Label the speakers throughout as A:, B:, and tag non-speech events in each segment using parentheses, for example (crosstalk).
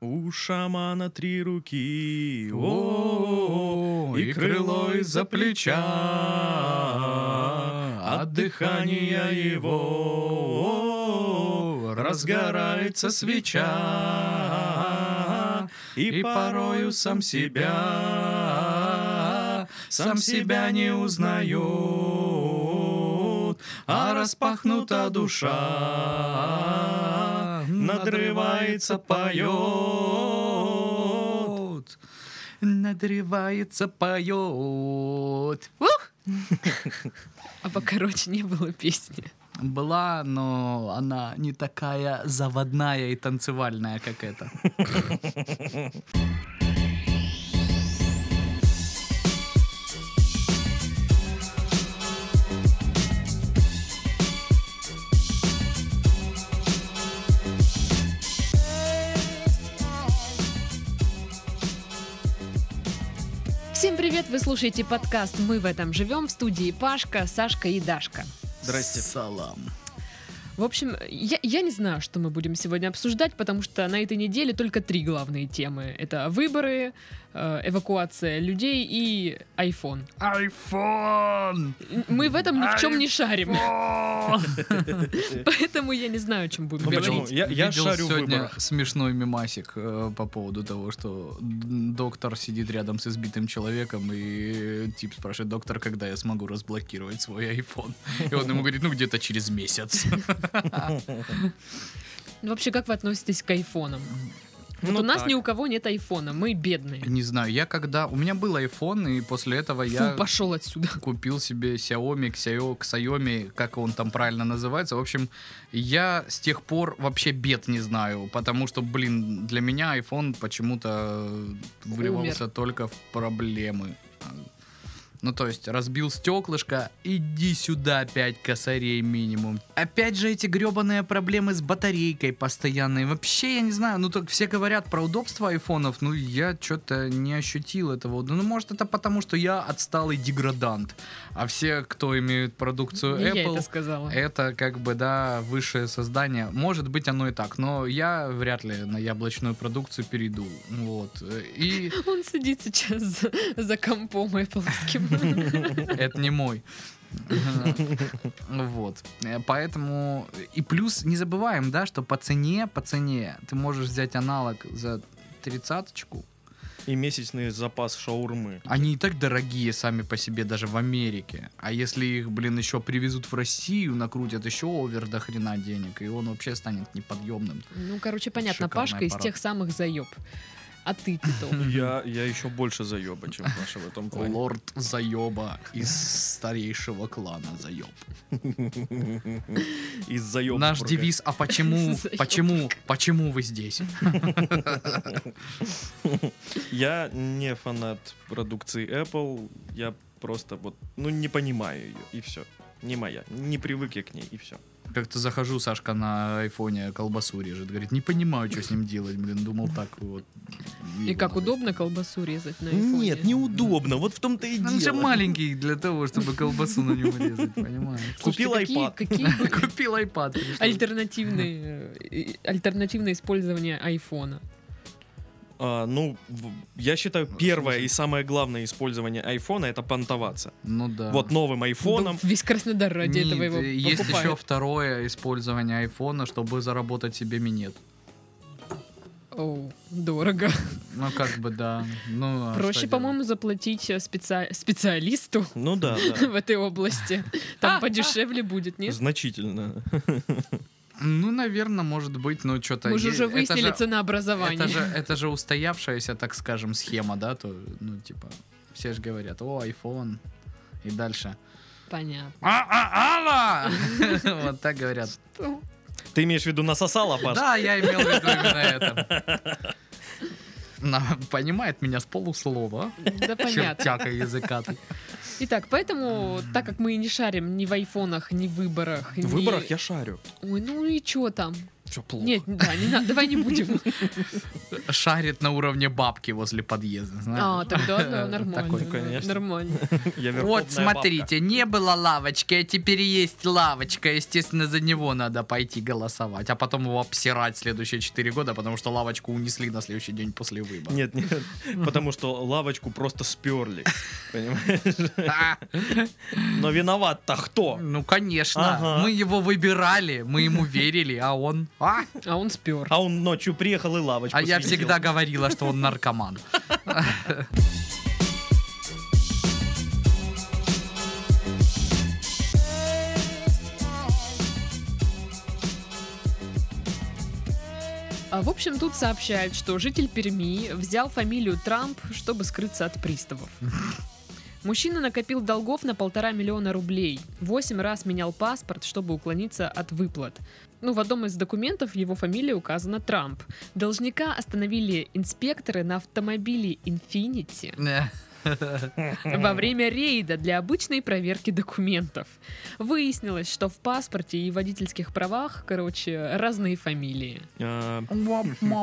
A: У шамана три руки, о, и крыло из-за плеча, от дыхания его разгорается свеча, и порою сам себя, сам себя не узнает, а распахнута душа надрывается, поет.
B: Надрывается, поет.
C: Ух! А покороче не было песни.
B: Была, но она не такая заводная и танцевальная, как эта.
C: Всем привет! Вы слушаете подкаст «Мы в этом живем» в студии Пашка, Сашка и Дашка.
A: Здрасте.
B: Салам.
C: В общем, я, я не знаю, что мы будем сегодня обсуждать, потому что на этой неделе только три главные темы. Это выборы, э, эвакуация людей и iPhone.
B: (laughs) Айфон!
C: Мы в этом ни в чем не шарим,
B: шарим.
C: поэтому я не знаю, о чем будем
A: Ну,
C: говорить.
A: почему? Я- я
B: видел
A: шарю в
B: сегодня
A: выборах.
B: смешной мемасик э, по поводу того, что д- доктор сидит рядом с избитым человеком, и тип спрашивает, доктор, когда я смогу разблокировать свой iPhone? И он ему говорит, ну где-то через месяц. (laughs)
C: Ну, Вообще, как вы относитесь к айфонам? Вот
A: Ну,
C: у нас
A: так.
C: ни у кого нет айфона, мы бедные.
B: Не знаю, я когда... У меня был iPhone, и после этого я...
C: Фу, пошел отсюда.
B: купил себе Xiaomi, Xiao- Xiaomi, как он там правильно называется. В общем, я с тех пор вообще бед не знаю, потому что, блин, для меня iPhone почему-то вливался только в проблемы. Ну, то есть, разбил стеклышко, иди сюда опять, косарей минимум. Опять же эти гребаные проблемы с батарейкой постоянные. Вообще, я не знаю, ну, так все говорят про удобство айфонов, ну, я что-то не ощутил этого. Ну, может, это потому, что я отсталый деградант. А все, кто имеет продукцию
C: Не я
B: Apple,
C: это сказала.
B: это как бы, да, высшее создание. Может быть, оно и так, но я вряд ли на яблочную продукцию перейду. Вот. И
C: Он сидит сейчас за, за
B: (laughs)
C: компом Apple.
B: Это не мой. Вот. Э, Поэтому. И плюс не забываем, да, что по цене, по цене ты можешь взять аналог за тридцаточку.
A: И месячный запас шаурмы.
B: Они и так дорогие сами по себе даже в Америке. А если их, блин, еще привезут в Россию, накрутят еще овер до хрена денег, и он вообще станет неподъемным.
C: Ну, короче, понятно,
B: Шикарный
C: Пашка из
B: аппарат.
C: тех самых заеб. А ты, Титов?
A: Я, я еще больше заеба, чем Паша в этом плане.
B: Лорд Заеба из старейшего клана Заеб.
A: Из заеба.
B: Наш девиз, а почему,
C: (laughs) Заёб.
B: почему, почему вы здесь?
A: Я не фанат продукции Apple. Я просто вот, ну, не понимаю ее. И все. Не моя. Не привык я к ней. И все.
B: Как-то захожу, Сашка на айфоне колбасу режет. Говорит, не понимаю, что с ним делать, блин. Думал так вот.
C: И как удобно колбасу резать на айфоне.
A: Нет, неудобно. Вот в том-то и дело.
B: Он же маленький для того, чтобы колбасу на него резать, понимаешь?
C: (laughs) Слушайте,
A: Купил
C: какие-
A: iPad.
C: Какие
B: (laughs)
C: были
B: Купил iPad. пришлось.
C: альтернативные, э, и- альтернативное использование айфона?
A: А, ну, в- я считаю,
B: Ну,
A: первое и самое главное использование айфона это понтоваться.
B: Ну да.
A: Вот новым айфоном.
C: Да Весь Краснодар ради
B: Нет, э,
C: этого его
B: Есть
C: покупает.
B: еще второе использование айфона, чтобы заработать себе минет.
C: Оу, дорого.
B: Ну как бы да. Ну, а что
C: Проще,
B: делать?
C: по-моему, заплатить э, специа- специалисту
A: Ну да, да.
B: (laughs)
C: (laughs) в этой области. Там подешевле будет, нет?
A: Значительно.
B: Ну, наверное, может быть, ну что-то.
C: Мы же
B: е-
C: уже
B: это
C: выяснили
B: же-
C: ценообразование.
B: Это же, это же устоявшаяся, так скажем, схема, да, то, ну, типа, все же говорят, о, iPhone, и дальше.
C: Понятно.
B: А, а, Алла! (laughs) Вот так говорят.
A: Ты имеешь в виду насосала, Паш?
B: Да, я имел в виду именно это. На- Понимает меня с полуслова.
C: Да понятно.
B: Чертяка языка.
C: Итак, поэтому, так как мы и не шарим ни в айфонах, ни в выборах. ни-
A: В выборах я шарю.
C: Ой, ну и чё там?
A: Все плохо.
C: Нет, да, не надо, давай не будем.
B: Шарит на уровне бабки возле подъезда,
C: А,
B: знаешь.
C: тогда да, нормально.
B: Такой,
A: Ну, конечно.
C: Нормально.
A: (laughs) Я верховная
B: Вот, смотрите, не было лавочки, а теперь есть лавочка. Естественно, за него надо пойти голосовать, а потом его обсирать следующие 4 года, потому что лавочку унесли на следующий день после
A: бабка.
B: выбора.
A: Нет,
B: (laughs)
A: нет, потому что лавочку просто сперли. Понимаешь?
B: А,
A: Но виноват-то кто?
B: Ну, конечно.
A: Ага.
B: Мы его выбирали, мы ему верили, а он... А,
C: А он спер.
A: А он ночью приехал и лавочку
B: а я
A: свинтил.
B: всегда говорила, что он наркоман.
C: А, в общем, тут сообщают, что житель Перми взял фамилию Трамп, чтобы скрыться от приставов. Мужчина накопил долгов на полтора миллиона рублей. Восемь раз менял паспорт, чтобы уклониться от выплат. Ну, в одном из документов его фамилия указана Трамп. Должника остановили инспекторы на автомобиле Infinity
B: Не.
C: во время рейда для обычной проверки документов. Выяснилось, что в паспорте и водительских правах, короче, разные фамилии.
A: А,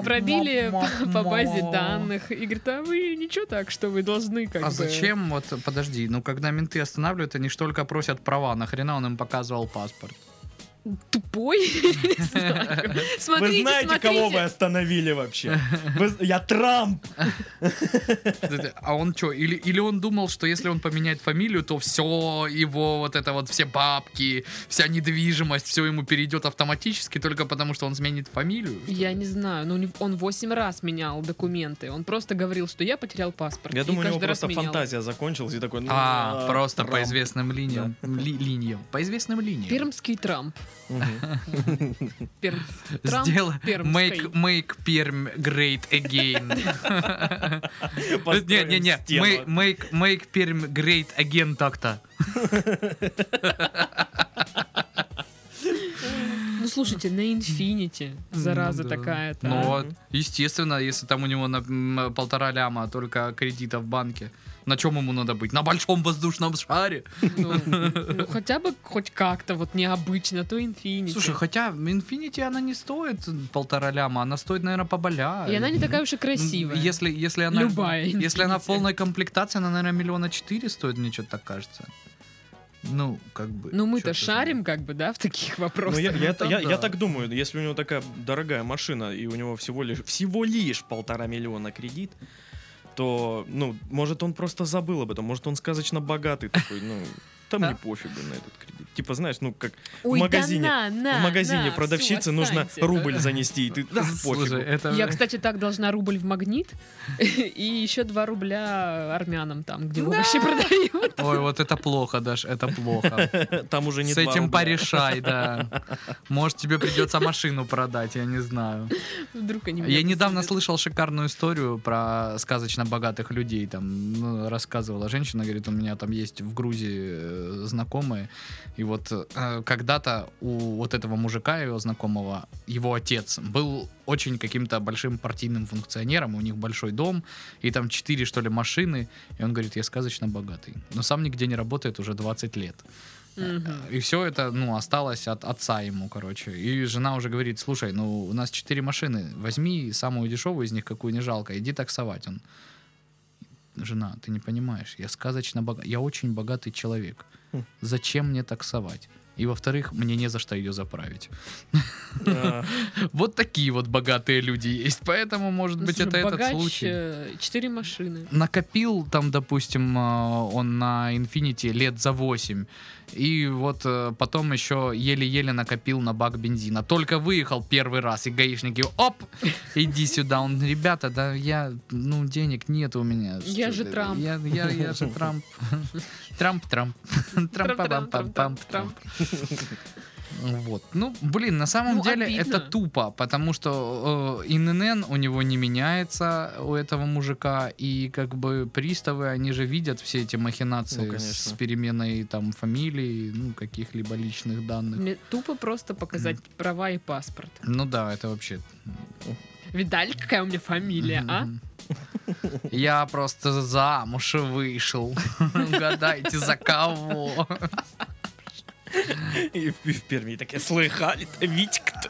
C: Пробили по- по базе данных и говорит, а вы ничего так, что вы должны как
B: А
C: бы».
B: зачем? Вот подожди, ну когда менты останавливают, они ж только просят права. Нахрена он им показывал паспорт?
A: (laughs)
C: Тупой? Не знаю. Смотрите,
A: Вы знаете, кого вы
C: смотрите.
A: остановили
B: (laughs)
A: вообще? Вы- Я Трамп!
B: А он что? Или, или он думал, что если он поменяет фамилию, то все его вот это вот, все бабки, вся недвижимость, все ему перейдет автоматически только потому, что он сменит фамилию? что ли?
C: Я не знаю, но у него- он восемь раз менял документы. Он просто говорил, что я потерял паспорт.
A: Я
C: И
A: думаю, у него
C: каждый раз
A: просто
C: менял.
A: фантазия закончилась и такой... ну,
B: А, просто по
A: Трамп.
B: известным линиям. Ли- линиям. По известным линиям.
C: Пермский Трамп.
B: (laughs)
A: Мгм.
C: Перм- Трамп
B: Сделай
C: пермский.
B: make, make Пермь great again. Не,
A: Построим
B: не, не.
A: стену.
B: Make, make, make Пермь great again так-то.
C: Ну, слушайте, на Infinity зараза
B: Ну, да.
C: такая-то.
B: Ну,
C: а.
B: вот, естественно, если там у него на, м, полтора ляма только кредита в банке, на чем ему надо быть? На большом воздушном шаре?
C: Ну, ну, хотя бы хоть как-то вот необычно, то Infinity.
B: Слушай, хотя Infinity она не стоит полтора ляма, она стоит, наверное, поболя.
C: И она не такая уж и
B: М,
C: красивая.
B: Если, если она,
C: Любая
B: если она
C: Infinity.
B: в полной комплектации, она, наверное, миллиона четыре стоит, мне что-то так кажется. Ну, как бы.
C: Ну мы-то
B: чёрт его знает.
C: шарим, как бы, да, в таких
A: Ну,
C: вопросах.
A: я, я-
B: там
A: я- я
B: да.
A: так думаю, если у него такая дорогая машина, и у него всего лишь, всего лишь полтора миллиона кредит, то, ну, может, он просто забыл об этом, может, он сказочно богатый такой, ну, там
B: А?
A: не пофигу на этот кредит. Типа, знаешь, ну, как
C: Ой,
A: в магазине-
C: да на,
A: в
C: на,
A: магазине
C: на, всё,
A: продавщице нужно
C: отстаньте.
A: рубль занести, и ты
B: Да,
A: «Ух,
B: слушай,
A: (laughs) пофигу.
B: это...
C: Я, кстати, так должна рубль в магнит (laughs) и еще два рубля армянам там, где овощи продают.
B: (laughs) Ой, вот это плохо, Даш, это плохо.
A: Э, Там уже не
B: С
A: два
B: этим
A: рубля.
B: порешай, да. Может, тебе придется машину продать, я не знаю.
C: (laughs) Вдруг они меня
B: Я недавно
C: посадят.
B: слышал шикарную историю про сказочно богатых людей. Там ну, рассказывала женщина, говорит, у меня там есть в Грузии э, знакомые. И вот э, когда-то у вот этого мужика, его знакомого, его отец был очень каким-то большим партийным функционером. У них большой дом, и там четыре, что ли, машины. И он говорит, я сказочно богатый. Но сам нигде не работает уже 20 лет.
C: Мгм.
B: И все это, ну, осталось от отца ему, короче. И жена уже говорит, слушай, ну, у нас четыре машины, возьми самую дешевую из них, какую не жалко, иди таксовать. Он, жена, ты не понимаешь, я сказочно богат, я очень богатый человек.
A: Хм.
B: Зачем мне таксовать? И, во-вторых, мне не за что ее заправить.
A: (laughs) Да.
B: Вот такие вот богатые люди есть, поэтому, может
C: Ну,
B: быть,
C: слушай,
B: это этот
C: богач,
B: случай.
C: э, Четыре машины.
B: накопил там, допустим, э, он на Infinity лет за 8. И вот э, потом еще еле-еле накопил на бак бензина. Только выехал первый раз, и гаишники, оп, (laughs) иди сюда. Он, ребята, да я, ну, денег нет у меня.
C: Я
B: Что
C: же
B: ты?
C: Трамп.
B: Я, я, я же Трамп. (laughs) Трамп, Трамп. (laughs) Трамп,
C: Трам-тарам,
B: пам, пам,
C: трам-тарам,
B: Трамп.
C: трам.
B: Вот. Ну, блин, на самом
C: Ну,
B: деле
C: обидно.
B: это тупо, потому что э, ИНН у него не меняется, у этого мужика, и как бы приставы, они же видят все эти махинации
A: Ну, конечно.
B: с переменой там фамилии, ну, каких-либо личных данных.
C: Мне тупо просто показать права и паспорт.
B: Ну да, это вообще...
C: Видали, какая у меня фамилия, а?
B: Мгм. Я просто замуж вышел. Угадайте, за кого?
A: И в и в Перми такие, слыхали, Витик-то?»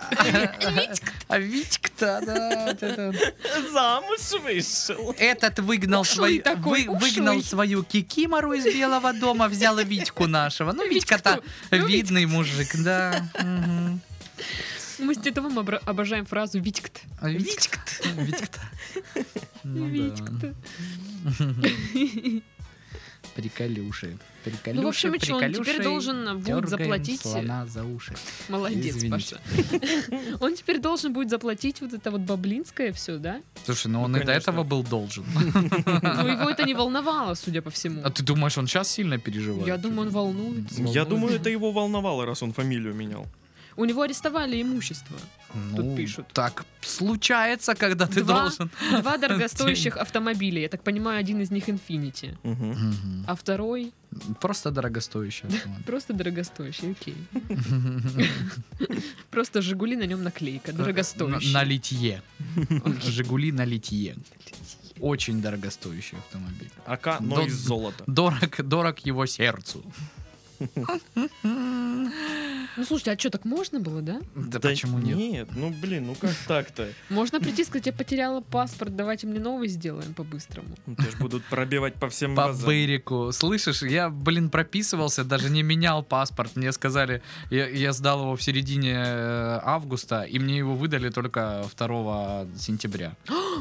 B: А Витька-то, да. вот это вот.
A: Замуж вышел.
B: Этот выгнал,
C: Ушлый
B: свою,
C: такой,
B: вы- выгнал
C: ушлый.
B: свою кикимору из Белого дома, взял и Витьку нашего. Ну, Витька-то
C: Витьку. Ну,
B: видный мужик, да. Мгм.
C: Мы с Титовым обра- обожаем фразу «Витькт».
B: А Витька-то. Витька-то. Ну да.
C: Витькт.
B: Приколюши. Приколюши,
C: Ну, в общем, и чё, он теперь должен будет заплатить...
B: за уши.
C: Молодец,
B: Извините.
C: Паша. Он теперь должен будет заплатить вот это вот баблинское все, да?
B: Слушай, ну он
A: Ну,
B: и до
A: конечно.
B: этого был должен.
C: Но Ну,
B: (laughs)
C: его это не волновало, судя по всему.
B: А ты думаешь, он сейчас сильно переживает?
C: Я думаю, он волнуется.
A: Я думаю, это его волновало, раз он фамилию менял.
C: У него арестовали имущество.
B: Ну,
C: тут пишут.
B: Так случается, когда А ты
C: Два.
B: должен. (laughs)
C: Два дорогостоящих автомобиля. Я так понимаю, один из них Infinity,
A: Мгм.
B: Мгм.
C: а второй
B: Просто дорогостоящий автомобиль.
C: просто дорогостоящий, окей. (laughs) Просто Жигули на нем наклейка. Дорогостоящий.
B: Э, На на литье. Жигули на литье. Очень дорогостоящий автомобиль.
A: АК, А но
B: Дон-
A: из золота.
B: Дорог, дорог его сердцу.
C: Ну слушайте, а что, так можно было, да?
B: Да почему нет?
A: Нет, ну блин, ну как так-то?
C: Можно прийти и сказать, я потеряла паспорт, давайте мне новый сделаем по-быстрому. (gasps)
A: Ну, Тебя ж будут пробивать по всем
B: По
A: базам.
B: Бэрику. Слышишь, я, блин, прописывался, даже не менял паспорт. Мне сказали, я, я сдал его в середине э, августа, и мне его выдали только 2 сентября.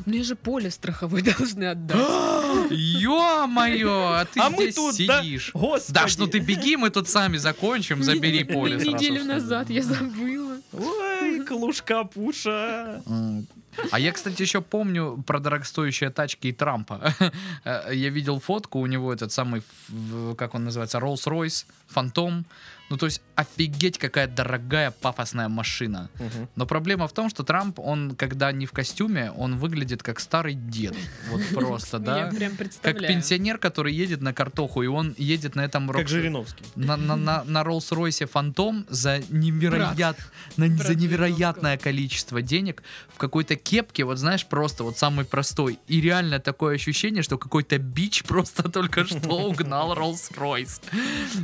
C: Мне же поле страховой (laughs) должны отдать.
B: Ё-моё, а ты
A: А мы
B: здесь
A: тут, да?
B: сидишь.
A: Господи.
B: Даш, ну ты беги, мы тут сами закончим, забери поле сразу.
C: Неделю
B: что ли.
C: назад я забыла.
A: Ой, клушка пуша.
B: М. А я, кстати, еще помню про дорогостоящие тачки и Трампа. (laughs) Э, Я видел фотку, у него этот самый, ф- в- как он называется, Rolls-Royce, Фантом. Ну, то есть, офигеть, какая дорогая пафосная машина. Но проблема в том, что Трамп, он, когда не в костюме, он выглядит как старый дед. Вот просто,
C: Я
B: да?
C: прям
B: Как
C: представляю.
B: пенсионер, который едет на картоху, и он едет на этом
A: Как
B: рок-
A: Жириновский.
B: на, на, на, на Rolls-Royce Phantom за, невероят... на-
C: Брат
B: за невероятное количество денег в какой-то кепке, вот знаешь, просто вот самый простой. И реально такое ощущение, что какой-то бич просто (laughs) только что
C: (laughs)
B: угнал Rolls-Royce.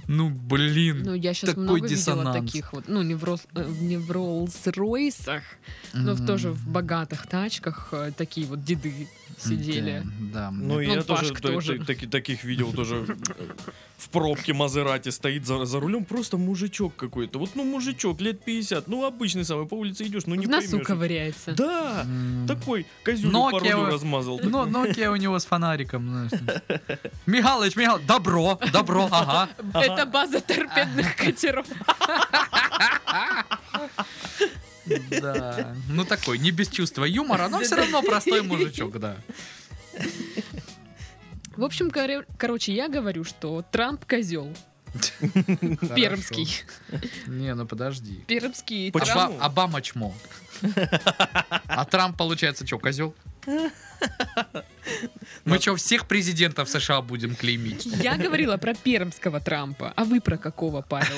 B: Ну,
C: Ну,
B: блин.
C: я сейчас
B: Такой
C: много видела
B: диссонанс.
C: таких вот, ну, не в, Рос- э, не в Роллс-Ройсах, но ну, в- тоже в богатых тачках э, такие вот деды сидели.
B: Да, да.
A: Ну и
C: Ну,
A: я тоже,
C: Пашка
A: та-
C: тоже.
A: та- таки- таких видел тоже в пробке Мазерати стоит за, за рулем просто мужичок какой-то. Вот ну мужичок лет 50, ну обычный самый, по улице идешь, ну не
C: в носу
A: поймешь.
C: ковыряется.
A: Да,
B: М.
A: такой козюлю по
B: Nokia.
A: рулю размазал.
B: Но Nokia у него с фонариком. знаешь. Михалыч, Михалыч, добро, добро,
C: (laughs)
B: ага.
C: Это база
B: (laughs)
C: торпедных катеров.
B: Да. Ну такой, не без чувства юмора, но все равно простой мужичок, да.
C: В общем, коре- короче, я говорю, что Трамп козел. Пермский.
B: Не, ну подожди.
C: Пермский.
A: Почему?
C: Трамп.
B: Оба- Обама чмо. А Трамп, получается, что, козел?
A: Ну.
B: Мы что, всех президентов США будем клеймить?
C: Я говорила про пермского Трампа, а вы про какого, Павел?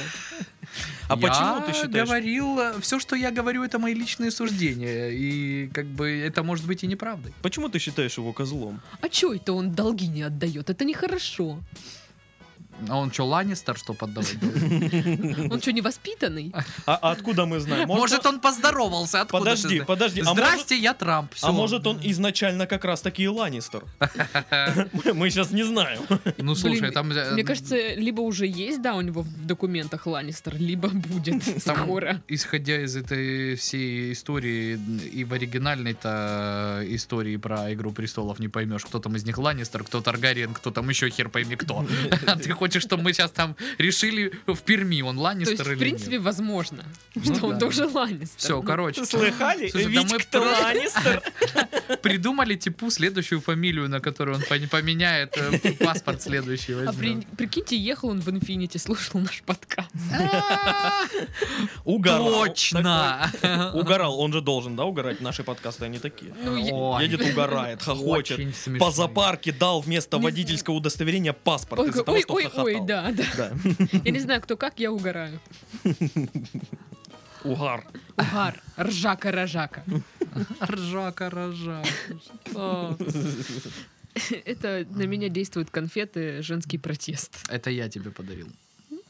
A: А
B: Я
A: почему
B: А,
A: ты считаешь?
B: говорил, все, что я говорю, это мои личные суждения. И как бы это может быть и неправдой.
A: Почему ты считаешь его козлом?
C: А чё это он долги не отдает? Это нехорошо.
B: А он что, Ланнистер, что поддавать? (laughs)
C: Он что, невоспитанный?
A: А, а откуда мы знаем?
B: Может, он поздоровался? Откуда
A: Подожди,
B: ты знаешь?
A: подожди. а может-
B: Здрасте, я Трамп. всё.
A: А может он изначально как раз таки и Ланнистер? Мы сейчас не знаем.
B: Ну слушай,
C: Блин,
B: там... э,
C: Мне кажется, либо уже есть, да, у него в документах Ланнистер, либо будет
B: (laughs) Там,
C: скоро.
B: Исходя из этой всей истории и в оригинальной-то истории про Игру престолов не поймешь, кто там из них Ланнистер, кто Таргариен, кто там еще хер пойми
A: (laughs)
B: кто. А Ты хочешь, чтобы мы сейчас там решили в Перми, он
C: То есть,
B: Ланнистер
C: в
B: или нет?
C: принципе, возможно,
B: Ну
C: что он
B: да.
C: тоже Ланнистер.
B: Все, короче.
A: Слыхали?
B: Слушай, да мы
A: Витька
B: просто-
A: Ланнистер.
B: Придумали типу следующую фамилию, на которую он пон- поменяет э, паспорт следующий.
C: А при-
B: возьмёт.
C: прикиньте, ехал он в Инфинити, слушал наш подкаст.
A: Угорал.
B: Точно!
A: Такой. Угорал. Он же должен, да, угорать? Наши подкасты, они такие.
C: Ну,
B: (laughs)
C: я-
B: Ой,
A: Едет, угорает, хохочет.
B: очень смешно.
A: По запарке дал вместо
C: Не
A: водительского удостоверения паспорт
C: Ой,
A: из-за того,
C: ой,
A: что
C: ой, ой,
A: хохотал.
C: да, да.
A: Да.
C: Я не знаю, кто как, я угораю.
A: Угар.
C: Угар,
B: (laughs)
C: ржака, рожака.
B: Ржака, ржака. Что?
C: Это на меня действуют конфеты, женский протест.
B: Это я тебе подарил.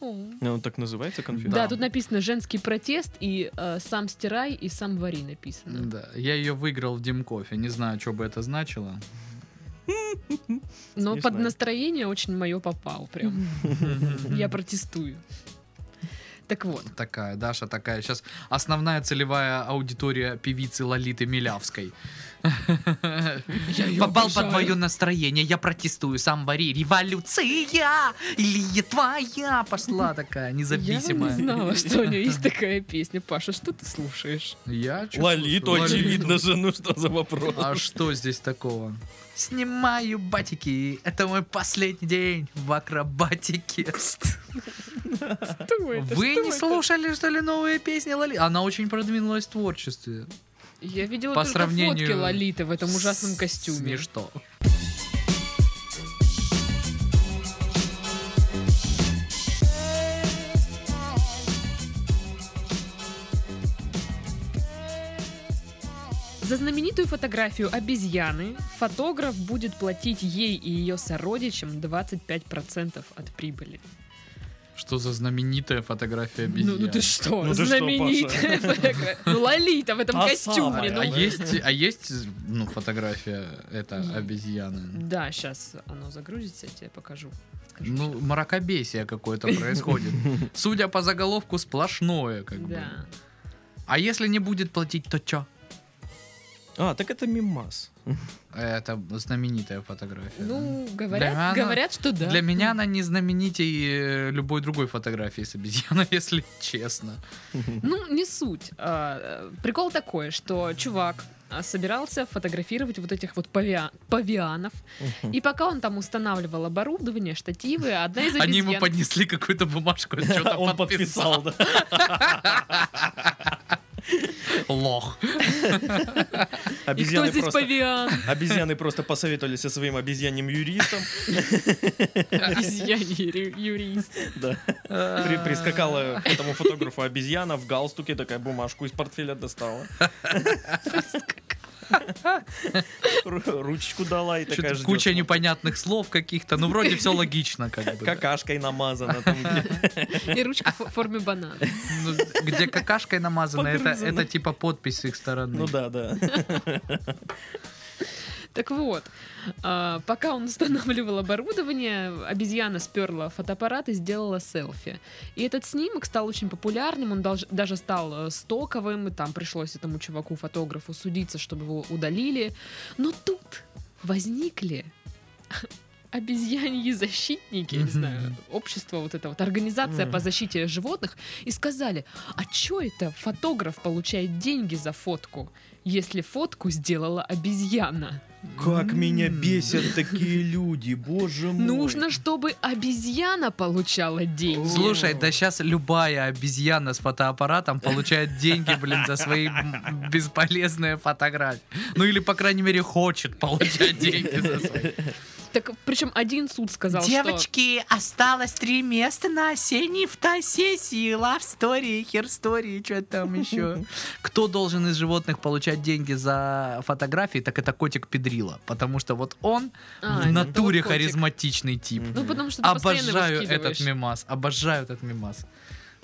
C: О.
A: Он Ну, так называется конфет?
B: Ну,
C: Да,
B: Да.
C: тут написано женский протест и э, сам стирай и сам вари написано.
B: Да, я ее выиграл в Димкофе, не знаю, что бы это значило.
C: Но
A: Смешно.
C: под настроение очень мое попал прям. Я протестую. Так вот,
B: Такая, Даша такая. Сейчас основная целевая аудитория певицы Лолиты Милявской.
C: Я её
B: Попал под
C: обожаю.
B: твое настроение, я протестую, сам вари. Революция! Или я твоя пошла такая,
C: я не
B: независимая.
C: знала, что у нее
B: (laughs)
C: есть такая песня. Паша, что ты слушаешь?
B: Я чё
A: Лолиту,
B: слушаю?
A: очевидно же, ну что за вопрос.
B: А что здесь такого? Снимаю батики, это мой последний день в акробатике.
C: Что это?
B: Вы
C: Что
B: не
C: это?
B: слушали, что ли, новые песни Лоли? Она очень продвинулась в творчестве.
C: Я видела
B: По
C: только
B: сравнению
C: фотки Лолиты в этом ужасном
B: С-
C: костюме.
B: Смешно.
C: За знаменитую фотографию обезьяны фотограф будет платить ей и ее сородичам 25% от прибыли.
B: Что за знаменитая фотография
C: Ну,
B: обезьян?
C: ну ты что,
A: Ну ты что,
C: знаменитая фотография. Ну, Лолита в этом
A: Та
C: костюме.
A: самая.
B: а,
C: ну.
B: есть, а есть ну, фотография это
C: Ну.
B: обезьяны?
C: Да, сейчас оно загрузится, я тебе покажу. Скажу.
B: Ну, мракобесие какое-то
C: (laughs)
B: происходит. Судя по заголовку, сплошное как бы.
C: Да.
B: А если не будет платить, то чё?
A: А, так это мимас.
B: Это знаменитая фотография.
C: Ну, говорят,
B: Э, Да, она-
C: говорят, что да. Ну.
B: Для меня она не знаменитей э, любой другой фотографии с обезьяной, (laughs) если честно.
C: Ну, не суть. А, э, Прикол такой, что чувак а, собирался фотографировать вот этих вот павиа- павианов. И пока он там устанавливал оборудование, штативы, одна из
B: Они ему
C: обезьян...
B: поднесли какую-то бумажку, он
A: (laughs)
B: что-то
A: Он
B: подписал.
A: подписал, да.
B: Лох.
C: И кто
A: Обезьяны
C: здесь
A: просто,
B: (laughs)
C: павиан?
A: обезьяны просто посоветовались со своим обезьянным юристом.
C: Обезьяне рю- юрист.
A: Да. При- Прискакала к этому фотографу обезьяна в галстуке, такая бумажку из портфеля достала. Ру- Ручечку дала и такая
B: Чё-то
A: ждёт.
B: Куча непонятных слов каких-то. Ну,
A: (laughs)
B: вроде все логично, как бы.
A: Какашкой намазана там где-то.
C: И ручка в форме банана.
B: Ну, где какашкой намазано, это,
A: Погрызано.
B: это типа подпись с их стороны.
A: Ну да, да.
C: Так вот, а, пока он устанавливал оборудование, обезьяна сперла фотоаппарат и сделала селфи. И этот снимок стал очень популярным, он долж- даже стал э, стоковым, и там пришлось этому чуваку-фотографу судиться, чтобы его удалили. Но тут возникли (laughs) обезьяньи защитники, я не знаю,
B: Мгм.
C: общество вот это вот, организация по
A: Мгм.
C: защите животных, и сказали, а чё это фотограф получает деньги за фотку, если фотку сделала обезьяна?
A: Как меня
B: М.
A: бесят такие люди, боже мой.
C: Нужно, чтобы обезьяна получала деньги.
B: Слушай, да сейчас любая обезьяна с фотоаппаратом получает деньги, блин, за
A: (laughs)
B: свои м, бесполезные фотографии. Ну или, по крайней мере,
A: (laughs)
B: хочет получать деньги за свои.
C: Так причем один суд сказал,
D: Девочки, осталось три места на осенней фотосессии. Love story, hair story, что там еще.
B: (laughs) Кто должен из животных получать деньги за фотографии, так это котик Педрила. Потому что вот он
C: что... А,
B: в
C: это
B: натуре
C: вот котик.
B: харизматичный тип.
A: Мгм.
C: Ну, потому что ты постоянно
B: Обожаю
C: его
B: этот
C: скидываешь.
B: мемас. Обожаю этот мемас.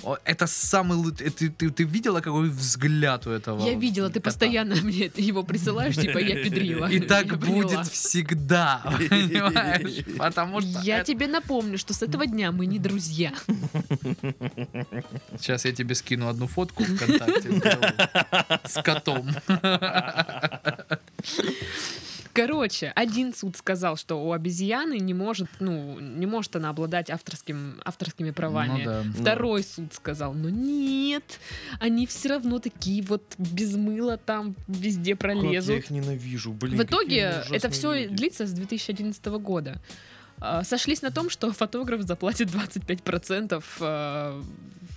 B: О, это самый лучший. Ты, ты- ты видела, какой взгляд у этого?
C: Я видела, ты
B: кота?
C: постоянно (laughs) мне это- его присылаешь, типа я педрила. (laughs)
B: И
C: Я
B: так
C: поняла.
B: будет всегда,
C: (laughs)
B: понимаешь? Потому что...
C: Я тебе напомню, что с этого дня мы не друзья.
B: Сейчас я тебе скину одну фотку ВКонтакте
C: (laughs)
B: с котом.
C: Короче, один суд сказал, что у обезьяны не может, ну, не может она обладать авторским, авторскими правами.
B: Ну да.
C: Второй суд сказал, но нет, они все равно такие вот без мыла там везде
A: Как
C: пролезут.
A: я их ненавижу, блин.
C: В
A: какие они
C: итоге это
A: ужасные
C: все
A: люди.
C: длится с 2011 года. А, Сошлись на том, что фотограф заплатит 25% э,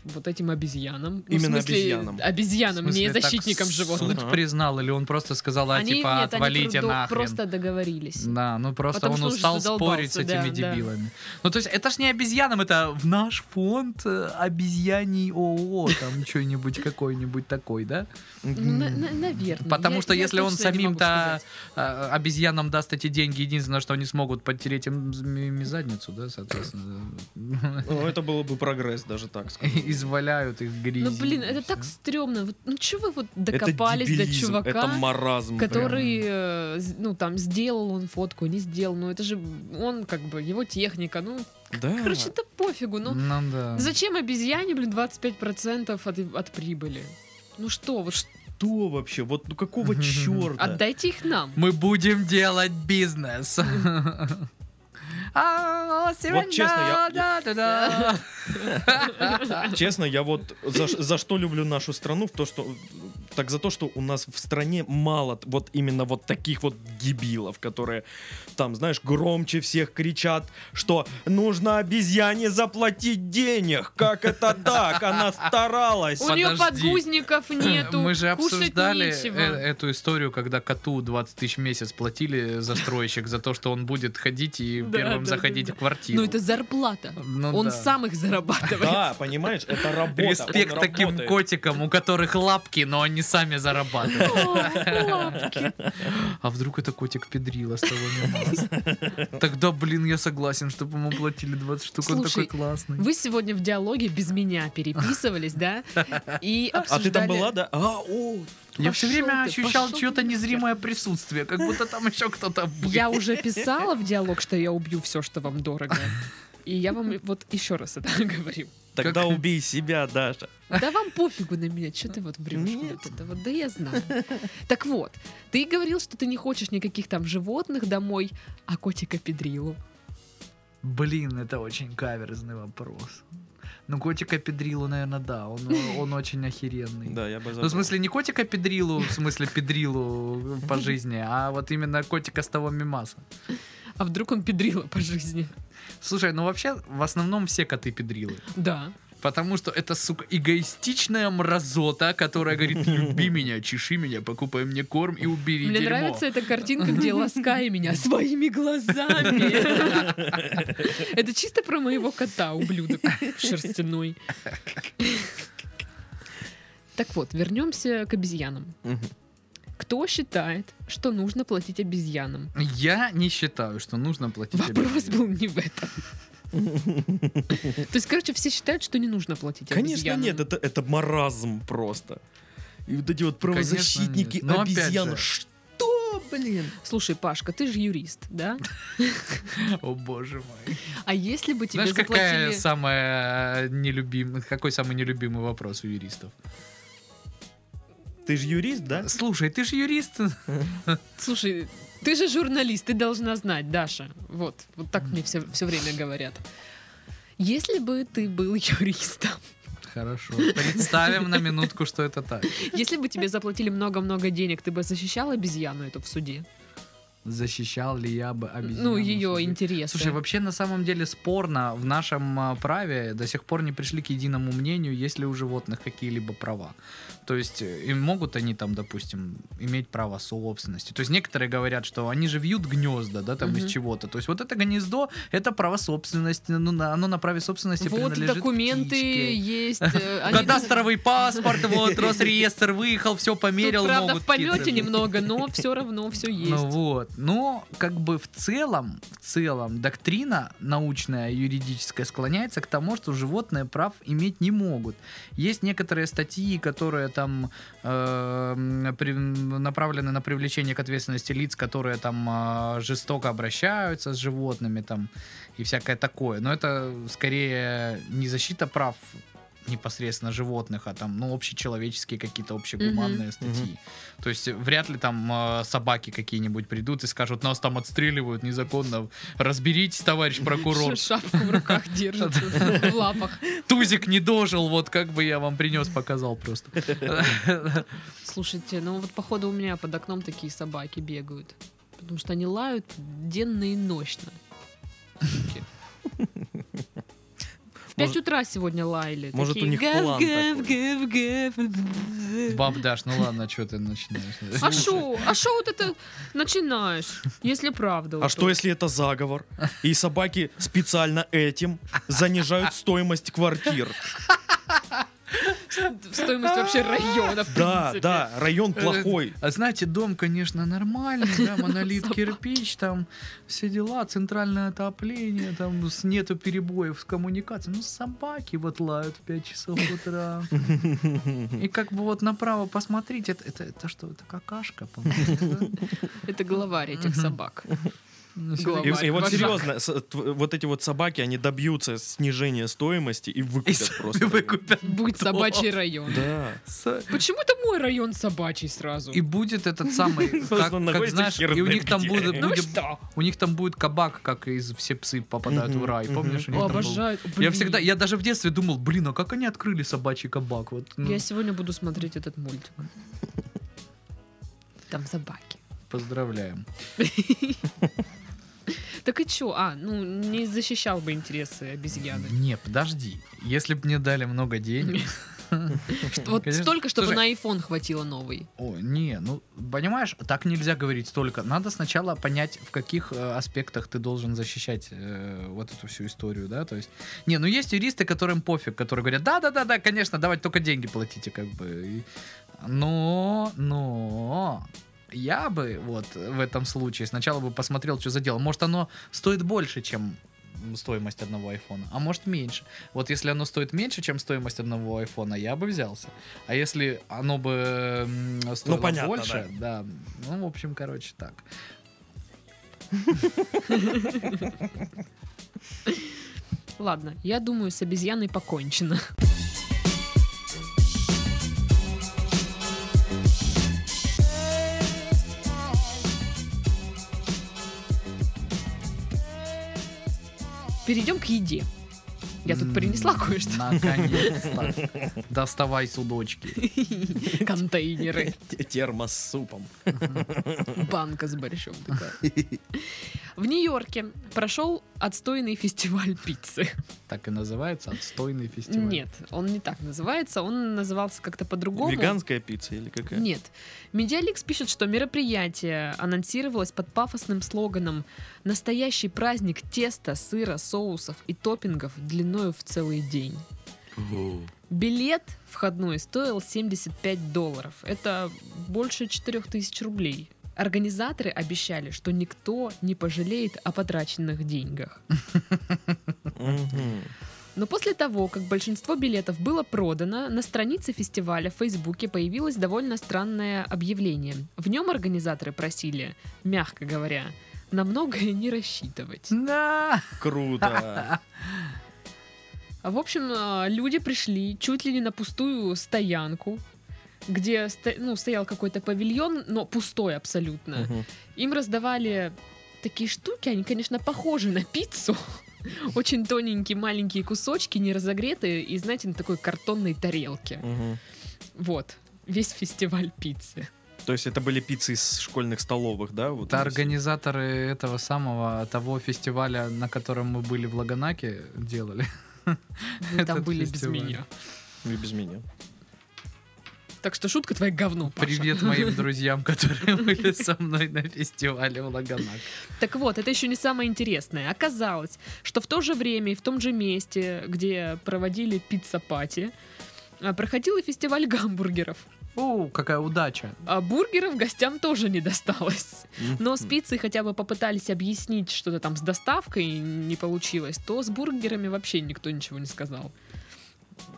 C: вот этим обезьянам. Ну, в
A: Именно
C: смысле,
A: обезьянам.
C: Обезьянам,
B: В смысле,
C: не
B: так
C: защитникам животных.
B: Суд признал, или он просто сказал, а,
C: они
B: типа,
C: нет, они
B: отвалите
C: прудо-
B: нахрен.
C: просто договорились.
B: Да, ну просто
C: Потому
B: он
C: что уже
B: устал
C: задолбался,
B: спорить с
C: да,
B: этими
C: да.
B: дебилами. Ну то есть это ж не обезьянам, это в наш фонд э, обезьяний ООО, там что-нибудь какой-нибудь такой, да?
C: На- на- наверное.
B: Потому
C: Ну, Я-
B: что
C: я
B: если он
C: точно не могу
B: самим-то
C: сказать.
B: э, обезьянам даст эти деньги, единственное, что они смогут подтереть им ими задницу, да, соответственно. (laughs)
A: Ну, это было бы прогресс, даже так сказать.
B: Изваляют их грязь.
C: Ну, блин, это так стрёмно. Вот, ну, чего вы вот докопались
A: это
C: до
A: дебилизм,
C: чувака,
A: Это
B: Ну,
A: маразм. прям.
C: который, э, з- ну, там, сделал он фотку, не сделал. Ну, это же он, как бы, его техника. Ну,
A: Да.
C: короче, это пофигу. Ну,
B: Ну да.
C: зачем обезьяне, блин, 25% от, от прибыли? Ну что, вот ш-
A: Что вообще? Вот ну какого
B: А
A: черта?
C: отдайте их нам.
B: Мы будем делать бизнес.
D: А, сегодня
A: Вот честно, я-
D: да, да, да.
A: Честно, я вот за, ш- за что люблю нашу страну, в то, что так за то, что у нас в стране мало т- вот именно вот таких вот дебилов, которые там, знаешь, громче всех кричат, что нужно обезьяне заплатить денег. Как это так? Она старалась.
C: У нее
B: Подожди.
C: подгузников нету.
B: Мы же
C: кушать
B: обсуждали
C: нечего.
B: э- эту историю, когда коту 20 тысяч в месяц платили застройщик за то, что он будет ходить и
C: Да,
B: первым
C: да,
B: заходить
C: да.
B: в квартиру.
C: Ну, это зарплата.
B: Ну
C: Он
B: да.
C: сам их зарабатывает.
B: (laughs)
A: Да, понимаешь, это работа. он
B: Респект таким
A: работает.
B: котикам, у которых лапки, но они сами зарабатывают.
C: О, лапки.
B: А вдруг это котик педрила с того
A: (laughs)
B: мемаса? Тогда, блин, я согласен, чтобы ему платили 20 штук. Он такой
C: Слушай,
B: классный.
C: Вы сегодня в диалоге без меня
B: (laughs)
C: переписывались, да? И
A: А
C: обсуждали...
A: ты там была, да? А, о,
B: Я все
C: Пошёл
B: время
C: ты,
B: ощущал
C: пошёл
B: чье-то
C: ты.
B: незримое присутствие, как будто там (laughs) еще кто-то был.
C: Я уже писала в диалог, что я убью все, что вам дорого. И я вам вот еще раз это (laughs) говорю.
A: тогда убей себя, Даша.
C: Да вам пофигу на меня, что ты вот врешь мне
A: Нет.
C: вот это вот, да я знаю. Так вот, ты говорил, что ты не хочешь никаких там животных домой, а котика педрилу.
B: Блин, это очень каверзный вопрос. Ну, котика Педрилу, наверное, да. Он, он очень охеренный.
A: Да, я бы
B: Ну, в
A: забыл.
B: смысле, не котика Педрилу, в смысле, Педрилу
A: (laughs)
B: по жизни, а вот именно котика с того мимаса.
C: А вдруг он педрила по жизни?
B: Слушай, ну вообще, в основном все коты Педрилы.
C: Да.
B: Потому что это, сука, эгоистичная мразота, которая говорит,
A: (laughs)
B: люби меня, чеши меня, покупай мне корм и убери
C: Мне
B: дерьмо».
C: нравится эта картинка, где
B: (laughs)
C: ласкай меня своими глазами. Это чисто про моего кота, ублюдок шерстяной. Так вот, вернемся к обезьянам.
A: Мгм.
C: Кто считает, что нужно платить обезьянам?
B: Я не считаю, что нужно платить
C: Вопрос
B: обезьяне.
C: был не в этом. То есть, короче, все считают, что не нужно платить
A: Конечно
C: обезьянам.
A: нет, это, это маразм просто. И вот эти вот
B: Конечно,
A: правозащитники
B: нет. Но опять
A: обезьян.
B: же-
A: Что, блин?
C: Слушай, Пашка, ты же юрист, да?
B: О боже мой.
C: А если бы тебе
B: Знаешь, какая
C: заплатили...
B: самая э, нелюбимая, какой самый нелюбимый вопрос у юристов?
A: Ты же юрист, да?
B: Слушай, ты же юрист.
C: Слушай, ты же журналист, ты должна знать, Даша. Вот, вот так мне все, все время говорят. Если бы ты был (laughs) юристом,
B: Хорошо. Представим на минутку, что это так.
C: если бы тебе заплатили много-много денег, ты бы защищал обезьяну эту в суде?
B: Защищал ли я бы обезьяну?
C: ну, ее
B: Слушай,
C: интересы.
B: Слушай, вообще на самом деле спорно в нашем а, праве до сих пор не пришли к единому мнению, есть ли у животных какие-либо права. То есть э, и могут они там, допустим, иметь право собственности. То есть некоторые говорят, что они же вьют гнезда, да, там
C: Мгм.
B: из чего-то. То есть вот это гнездо, это право собственности, ну, на- оно на праве собственности
C: вот
B: принадлежит
C: документы
B: птичке. (laughs)
C: есть. э, они-
B: Кадастровый паспорт,
C: (laughs)
B: вот, Росреестр выехал, все
C: Тут,
B: померил,
C: правда,
B: могут
C: в полете
B: птицы.
C: немного, но все равно все
B: (laughs)
C: есть.
B: Ну вот, но как бы в целом, в целом доктрина научная, юридическая склоняется к тому, что животные прав иметь не могут. Есть некоторые статьи, которые там э, при- направлены на привлечение к ответственности лиц, которые там э, жестоко обращаются с животными там и всякое такое. Но это скорее не защита прав непосредственно животных, а там, ну, общечеловеческие какие-то общегуманные статьи. То есть вряд ли там э, собаки какие-нибудь придут и скажут, нас там отстреливают незаконно, разберитесь, товарищ прокурор,
C: Ш- Шапку в руках
B: (laughs)
C: держит, в лапах.
B: тузик не дожил, вот как бы я вам принес, показал просто.
C: Слушайте, ну вот походу у меня под окном такие собаки бегают. Потому что они лают денно и ночно. Суки. В 5
A: Может-
C: утра сегодня лаяли.
A: может, у
C: такие,
A: них план
C: гав-гав-гав-гав».
B: Баб Даш, ну ладно, что ты начинаешь?
C: А шо? А шо вот это начинаешь? Если правда.
A: А
C: вот
A: что
C: тут.
A: если это заговор? И собаки (laughs) специально этим занижают стоимость квартир.
C: в стоимость вообще района, в
A: Да,
C: принципе.
A: да, район плохой.
B: А знаете, дом, конечно, нормальный, да, монолит
C: Собака.
B: кирпич, там все дела, центральное отопление, там с- нету перебоев с коммуникацией. Ну, собаки вот лают в 5 часов утра. И как бы вот направо посмотреть, это, это, это что, это какашка, по-моему, да?
C: Это главарь этих
B: Мгм.
C: собак.
B: Ну, всё
C: Глава.
B: равно.
A: И, и вот
C: Вожак.
B: (laughs)
A: серьезно, с- тв- вот эти вот собаки, они добьются снижения стоимости и
B: И
A: выкупят
B: сами
A: просто.
B: выкупят
C: Будет
B: дом.
C: собачий район.
A: Да.
B: С-
C: Почему это мой район собачий сразу? Ну
B: И будет этот самый,
A: Просто
B: как, как
A: находите
B: знаешь,
A: хер
B: и у
A: знает
B: них
A: (laughs)
B: там
A: где.
B: будут,
C: Ну
B: будет-
C: что?
B: у них там будет кабак, как из все псы попадают в
A: Мгм,
B: рай,
A: мгм.
B: помнишь? у них там
C: О,
B: был?
C: обожаю.
B: Я
C: Блин.
B: всегда, я даже в детстве думал, блин, а как они открыли собачий кабак? Вот, ну,
C: Я сегодня буду смотреть этот мультик. Там собаки.
B: Поздравляем.
C: Так и чё? А, ну, не защищал бы интересы обезьяны.
B: Не, подожди. Если бы мне дали много
C: (laughs)
B: денег...
C: Вот
B: Конечно.
C: столько, чтобы
B: Слушай,
C: на iPhone хватило новый.
B: О, не, ну, понимаешь, так нельзя говорить столько. Надо сначала понять, в каких э, аспектах ты должен защищать э, вот эту всю историю, да, то есть... Не, ну есть юристы, которым пофиг, которые говорят, да-да-да-да, конечно, давайте только деньги платите, как бы. И- Но, но... Я бы вот в этом случае сначала бы посмотрел, что за дело. Может, оно стоит больше, чем стоимость одного айфона, а может меньше. Вот если оно стоит меньше, чем стоимость одного айфона, я бы взялся. А если оно бы м, стоило
A: понятно,
B: больше, да. Ну, в общем, короче, так.
C: Ладно, я думаю, с обезьяной покончено. Перейдем к еде. Я тут
B: М,
C: принесла
B: (laughs)
C: кое-что.
B: Наконец-то.
C: (laughs)
B: Доставай судочки.
C: Контейнеры.
A: Т- Термос с супом.
C: Банка с борщом такая. В Нью-Йорке прошел отстойный фестиваль пиццы.
B: Так и называется отстойный фестиваль.
C: Нет, он не так называется. Он назывался как-то по-другому.
A: Веганская пицца или какая?
C: Нет. Медиаликс пишет, что мероприятие анонсировалось под пафосным слоганом «Настоящий праздник теста, сыра, соусов и топпингов длиною в целый день». Билет входной стоил 75 долларов. Это больше 4000 рублей. Организаторы обещали, что никто не пожалеет о потраченных деньгах.
A: Мгм.
C: Но после того, как большинство билетов было продано, на странице фестиваля в Фейсбуке появилось довольно странное объявление. В нем организаторы просили, мягко говоря, на многое не рассчитывать.
B: Да.
A: Круто.
C: А, В общем, а, люди пришли чуть ли не на пустую стоянку, где сто- ну, стоял какой-то павильон, но пустой абсолютно.
A: Мгм.
C: Им раздавали такие штуки, они, конечно, похожи на пиццу. (laughs) Очень тоненькие маленькие кусочки, не разогретые, и, знаете, на такой картонной тарелке.
A: Мгм.
C: Вот. Весь фестиваль пиццы.
A: То есть это были пиццы из школьных столовых, да? Вот
B: Это
A: у нас?
B: организаторы этого самого, того фестиваля, на котором мы были в Лаганаке, делали.
C: Вы Ну, там
B: Этот
C: были
B: фестиваль.
C: без меня.
A: Или без
C: (laughs)
A: меня.
C: Так что шутка твоя говно, Паша.
B: Привет моим друзьям, которые были со мной на фестивале в Лаганак.
C: Так вот, это еще не самое интересное. Оказалось, что в то же время и в том же месте, где проводили пицца-пати, а, проходил и фестиваль гамбургеров.
B: О, какая удача.
C: А бургеров гостям тоже не досталось. Но Ну, с
A: Мгм.
C: пиццей хотя бы попытались объяснить что-то там с доставкой, не получилось, то с бургерами вообще никто ничего не сказал.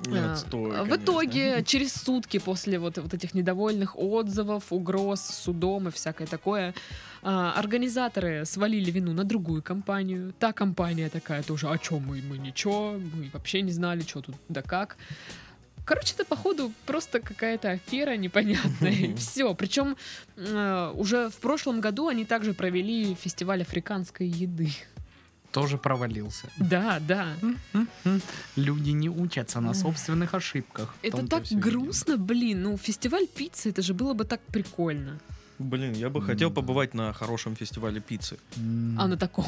A: Нет,
C: А,
A: стой,
C: В
A: конечно.
C: итоге, через сутки после вот, вот этих недовольных отзывов, угроз, судом и всякое такое, а, организаторы свалили вину на другую компанию. Та компания такая тоже, а чё мы, мы ничего, мы вообще не знали, что тут да как. Короче, это, походу, просто какая-то
A: (laughs)
C: афера непонятная. Все. Причем а, уже в прошлом году они также провели фестиваль
A: (laughs)
C: африканской еды.
B: Тоже провалился.
C: Да, да.
B: М-м-м. Люди не учатся на собственных ошибках. В
C: Это
B: том-то
C: так
B: всё и дело.
C: грустно, блин. Ну, фестиваль пиццы, это же было бы так прикольно.
A: Блин, я бы хотел
B: М.
A: побывать на хорошем фестивале пиццы.
B: М,
C: А на таком.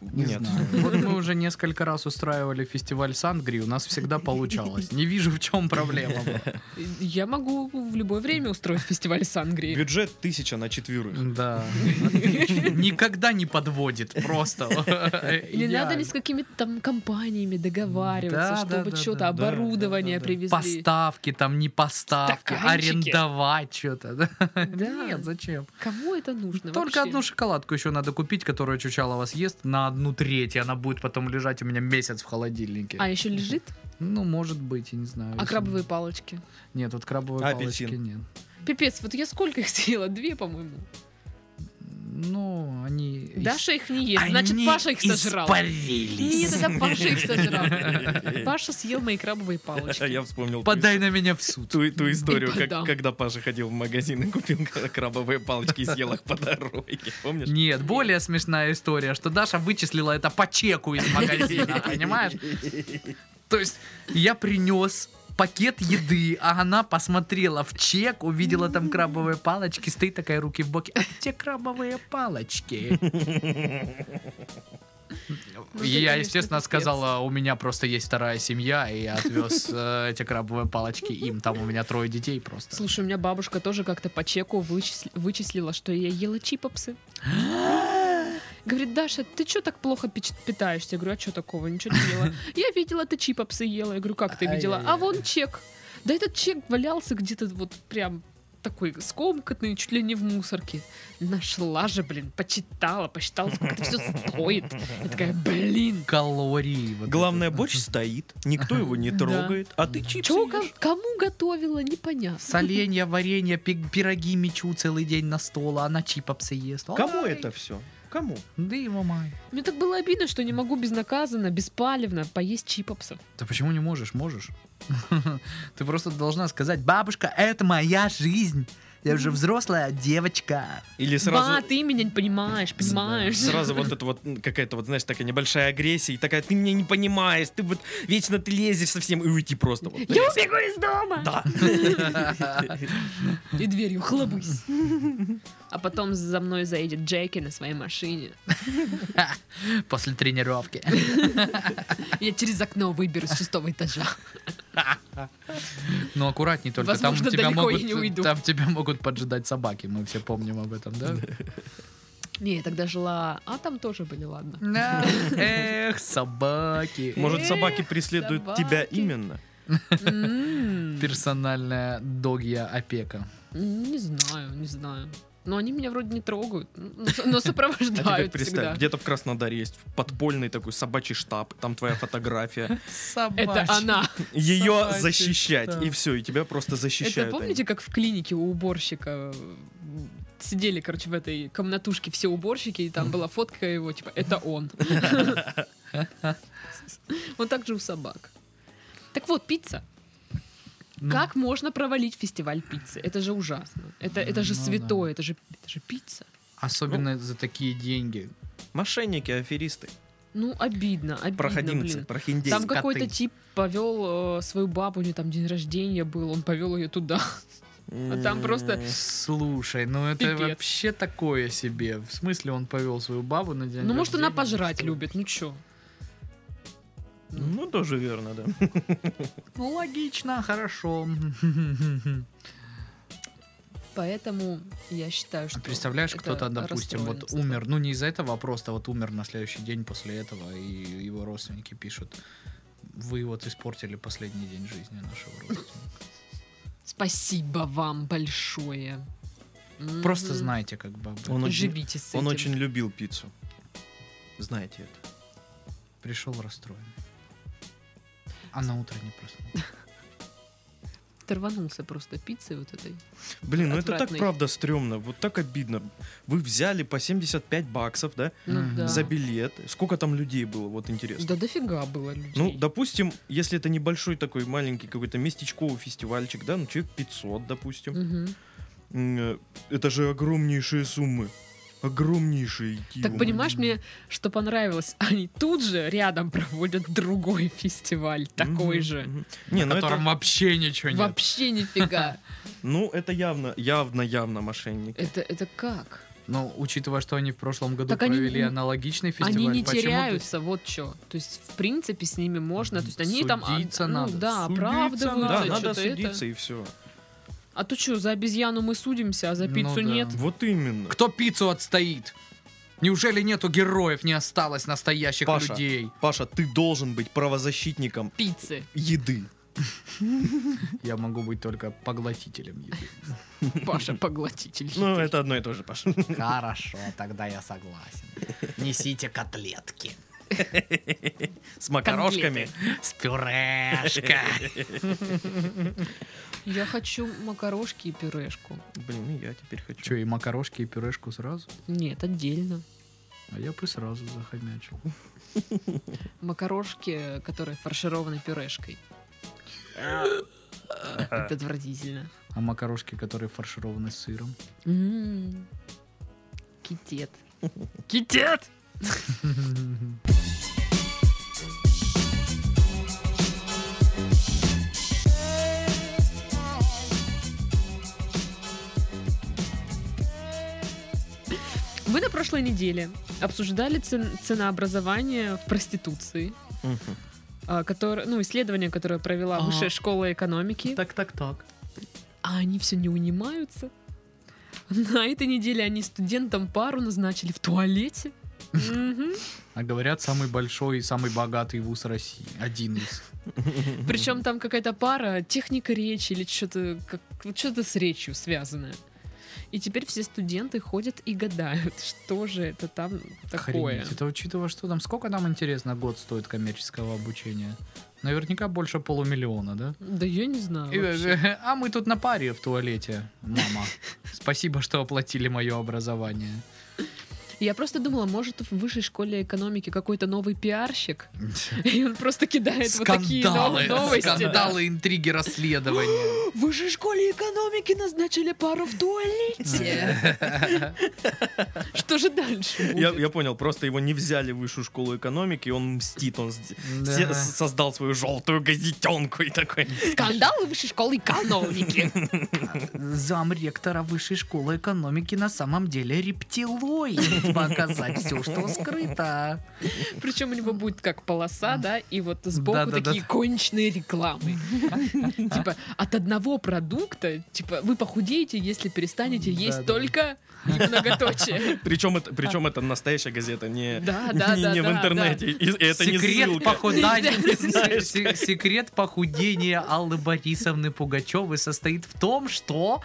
B: не
A: Нет.
B: знаю. (laughs) Вот мы уже несколько раз устраивали фестиваль Сангри, у нас всегда получалось. Не вижу, в чем проблема. была.
C: Я могу в любое время устроить фестиваль Сангрии.
A: Бюджет тысяча на четверых.
B: Да. (laughs) никогда не подводит просто.
C: Или надо ли
B: Идеально.
C: с какими-то там компаниями договариваться,
B: Да, да,
C: чтобы
B: да,
C: что-то
B: да,
A: да,
C: оборудование
A: да, да, да.
C: привезли?
B: Поставки там, не поставки,
C: Стаканчики.
B: арендовать что-то.
C: Да.
B: Нет, зачем?
C: Кому это нужно
B: Только
C: вообще?
B: одну шоколадку еще надо купить, которую Чучалова съест на одну треть, и она будет потом лежать у меня месяц в холодильнике.
C: А еще лежит?
B: Ну, может быть, я не знаю.
C: А
B: если-
C: крабовые палочки?
B: Нет, вот крабовые
A: Апельсин.
B: палочки нет.
C: Пипец, вот я сколько их съела? Две, по-моему.
B: Ну, они...
C: Даша их не ест, значит,
D: Они
C: Паша их сожрал. ну, Нет,
D: Испарились.
C: это
B: (laughs)
C: Паша их
A: (laughs)
C: сожрал. Паша съел мои крабовые палочки.
A: Я вспомнил ту
B: Подай на меня в суд.
A: ту, ту историю, как-
C: подам.
A: когда Паша ходил в магазин и купил крабовые палочки и съел их по дороге. Помнишь?
B: Нет, более смешная история, что Даша вычислила это по чеку из магазина, понимаешь? То есть я принес пакет еды, а она посмотрела в чек, увидела там крабовые палочки, стоит такая руки в боки. А где крабовые палочки?
C: (laughs) Ну, ты,
B: Я,
C: конечно,
B: естественно,
C: пипец.
B: сказала, у меня просто есть вторая семья, и я отвез э, эти крабовые палочки им. Там у меня трое детей просто.
C: Слушай, у меня бабушка тоже как-то по чеку вычисли- вычислила, что я ела чипопсы. Говорит, Даша, ты что так плохо пич- питаешься? Я говорю, а что такого? Ничего не ела. Я видела, ты чипопсы ела. Я говорю, как ты видела? А
B: Ай-яй-яй.
C: вон чек. Да этот чек валялся где-то вот прям такой скомканный, чуть ли не в мусорке. Нашла же, блин, почитала, посчитала, сколько это все стоит. Я такая, блин,
B: Калории. вот
A: Главное,
B: это.
A: борщ стоит, никто его не
C: Да.
A: трогает, а ты чипсы
C: чё,
A: ешь.
C: ко- кому готовила, непонятно.
B: Соленья, варенья, пи- пироги мечу целый день на стол, а она чипопсы ест.
A: Кому
B: Ай,
A: это все? Кому?
B: Да его май.
C: Мне так было обидно, что не могу безнаказанно, беспалевно поесть чипопсов.
B: Да почему не можешь? Можешь. (laughs) Ты просто должна сказать, бабушка, это моя жизнь. Я уже взрослая девочка.
A: Или сразу...
C: Ба, ты меня не понимаешь, понимаешь.
A: Сразу вот это вот м, какая-то вот, знаешь, такая небольшая агрессия, и такая, ты меня не понимаешь, ты вот вечно ты лезешь совсем, и уйти просто. Вот,
C: (laughs) Я убегу из дома!
A: Да.
C: И дверью хлобысь. А потом за мной заедет Джеки на своей машине.
B: После тренировки.
C: Я через окно выберу с шестого этажа.
B: Ну, аккуратней только.
C: Возможно,
B: там тебя
C: далеко
B: могут,
C: я не уйду.
B: Там тебя могут поджидать собаки. Мы все помним об этом, да?
C: Не, я тогда жила... А там тоже
B: (laughs)
C: были, ладно.
B: Да. Эх, собаки.
A: Может, собаки преследуют
C: собаки.
A: тебя именно?
C: М,
B: Персональная догья опека.
C: Не знаю, не знаю. Но они меня вроде не трогают, но- но
A: А теперь
C: сопровождают
A: представь,
C: всегда.
A: где-то в Краснодаре есть подпольный такой собачий штаб, там твоя
C: (laughs)
A: фотография.
C: Это она.
A: Ее
B: Собачий
A: защищать,
B: штаб.
A: и все, и тебя просто защищают.
C: Это
A: они.
C: помните, как в клинике у уборщика м, сидели, короче, в этой комнатушке все уборщики, и там была фотка его, типа,
B: (laughs)
C: это он. Вот так же у собак. Так вот, пицца.
B: Ну.
C: Как можно провалить фестиваль пиццы? Это же ужасно. Это, это же
B: Ну да.
C: святое, это, же, это же пицца.
B: Особенно за такие деньги.
A: Мошенники, аферисты,
C: Ну, обидно, обидно,
A: проходимцы,
C: блин.
A: прохиндеи.
C: Там
B: скоты.
C: какой-то тип повел э, свою бабу, у нее там день рождения был, он повел ее туда. а там просто-
B: Слушай, ну это
C: Пипец.
B: вообще такое себе. В смысле, он повел свою бабу на день
C: Ну, может, она
B: рождения,
C: пожрать
B: что ли?
C: любит, ну чё?
A: Ну, тоже верно, да.
B: Ну, логично, хорошо. (laughs)
C: Поэтому я считаю,
B: А
C: что...
B: Представляешь,
C: это
B: кто-то, допустим, вот
C: расстроенность.
B: умер, ну не из-за этого, а просто вот умер на следующий день после этого, и его родственники пишут, вы вот испортили последний день жизни нашего родственника.
C: Спасибо вам большое. Мгм.
B: Просто знайте, как бы, об этом.
A: Он очень,
C: Живите с
A: он
C: этим.
A: очень любил пиццу. Знаете это.
B: пришел расстроен. А на утро не проснулся.
C: Оторванулся просто пиццей вот этой.
A: Блин, ну это так
C: Отвратный.
A: правда стрёмно, вот так обидно. Вы взяли по 75 баксов, да,
C: Ну
B: Мгм.
C: да.
A: за билет. Сколько там людей было, вот интересно.
C: Да дофига было людей.
A: Ну, допустим, если это небольшой такой маленький какой-то местечковый фестивальчик, да, ну человек 500, допустим.
C: Мгм.
A: М, э, Это же огромнейшие суммы. Огромнейшие.
C: Так понимаешь,
B: ну.
C: мне что понравилось, (laughs) они тут же рядом проводят другой фестиваль, такой же.
A: Не,
B: В
A: ну это,
B: котором вообще ничего нет. (laughs)
C: Вообще нифига.
A: ну это явно, явно, явно мошенники.
C: Это, это как?
B: Но учитывая, что они в прошлом году
C: Так они
B: провели
C: не-
B: аналогичный фестиваль,
C: они не
B: почему ты-
C: теряются, вот что. То есть, в принципе, с ними можно. То есть они там а,
B: Судиться
C: ну,
B: надо,
C: да,
B: судиться
C: оправдываются.
A: Да,
B: это
A: надо
C: чё-то это.
A: судиться и все.
C: А то что, за обезьяну мы судимся, а за
B: Ну
C: пиццу
B: да.
C: нет?
A: Вот именно.
B: Кто пиццу отстоит? Неужели нету героев, не осталось настоящих
A: Паша.
B: людей?
A: Паша, ты должен быть правозащитником
C: Пиццы.
A: еды.
B: Я могу быть только поглотителем еды.
C: Паша поглотитель.
A: Ну, это одно и то же, Паша.
B: (laughs) Хорошо, тогда я согласен. Несите котлетки.
A: С макарошками.
B: С пюрешкой.
C: Я хочу макарошки и пюрешку.
A: Блин, и я теперь хочу.
B: Че, и макарошки, и пюрешку сразу?
C: Нет, отдельно.
B: А я бы сразу захомячил.
C: Макарошки, которые фаршированы пюрешкой. Это отвратительно.
B: А макарошки, которые фаршированы (laughs) сыром?
C: М. Китет. Китет! Мы на прошлой неделе обсуждали цен- ценообразование в проституции,
A: Мгм.
C: а, которое- ну, исследование, которое провела
B: А.
C: Высшая школа экономики.
B: Так, так, так.
C: А они все не унимаются. На этой неделе они студентам пару назначили в туалете. Мгм.
B: А говорят, самый большой и самый богатый вуз России. Один из.
C: Причем там какая-то пара, техника речи или что-то как, что-то с речью связанное. И теперь все студенты ходят и гадают, (laughs) что же это там такое.
B: Охренеть. Это учитывая, что там, сколько там, интересно, год стоит коммерческого обучения? Наверняка больше полумиллиона, да?
C: Да я не знаю.
B: И,
C: вообще.
B: э, А мы тут на паре в туалете, мама. (laughs) Спасибо, что оплатили мое образование.
C: Я просто думала, может, в высшей школе экономики какой-то новый пиарщик, (laughs) и он просто кидает вот такие
B: Скандалы,
C: нов- новости. да.
B: скандалы, интриги,
C: (laughs)
B: расследования.
C: В высшей школе экономики назначили пару в туалете.
B: (laughs)
C: Что же дальше
A: Я,
C: будет?
A: я понял, просто его не взяли в высшую школу экономики, и он мстит, он с- се-
B: Да.
A: создал свою желтую газетенку и такой.
C: Скандалы высшей школы экономики.
D: Замректора высшей школы экономики на самом деле рептилоид. Показать все, что скрыто.
C: Причем у него будет как полоса, да, и вот сбоку
B: Да-да-да.
C: такие кончные рекламы. Типа от одного продукта, типа вы похудеете, если перестанете есть
B: Да-да-да.
C: только и многоточие.
A: Причем это, причем это настоящая газета, не,
C: Да,
A: (laughs)
C: А. да,
A: не,
C: да.
A: не в
C: да, да.
A: интернете. И это не
B: Секрет
A: ссылка.
B: похудания.
A: знаешь.
B: се- Секрет похудения Аллы Борисовны Пугачевой состоит в том, что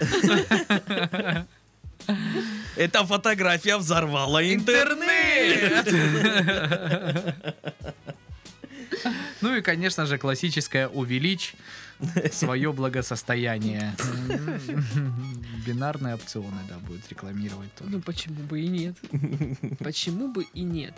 A: Эта фотография взорвала интернет.
B: Ну и, конечно же, классическое увеличь свое благосостояние. Бинарные опционы, да, будут рекламировать тоже.
C: Ну почему бы и нет? Почему бы и нет?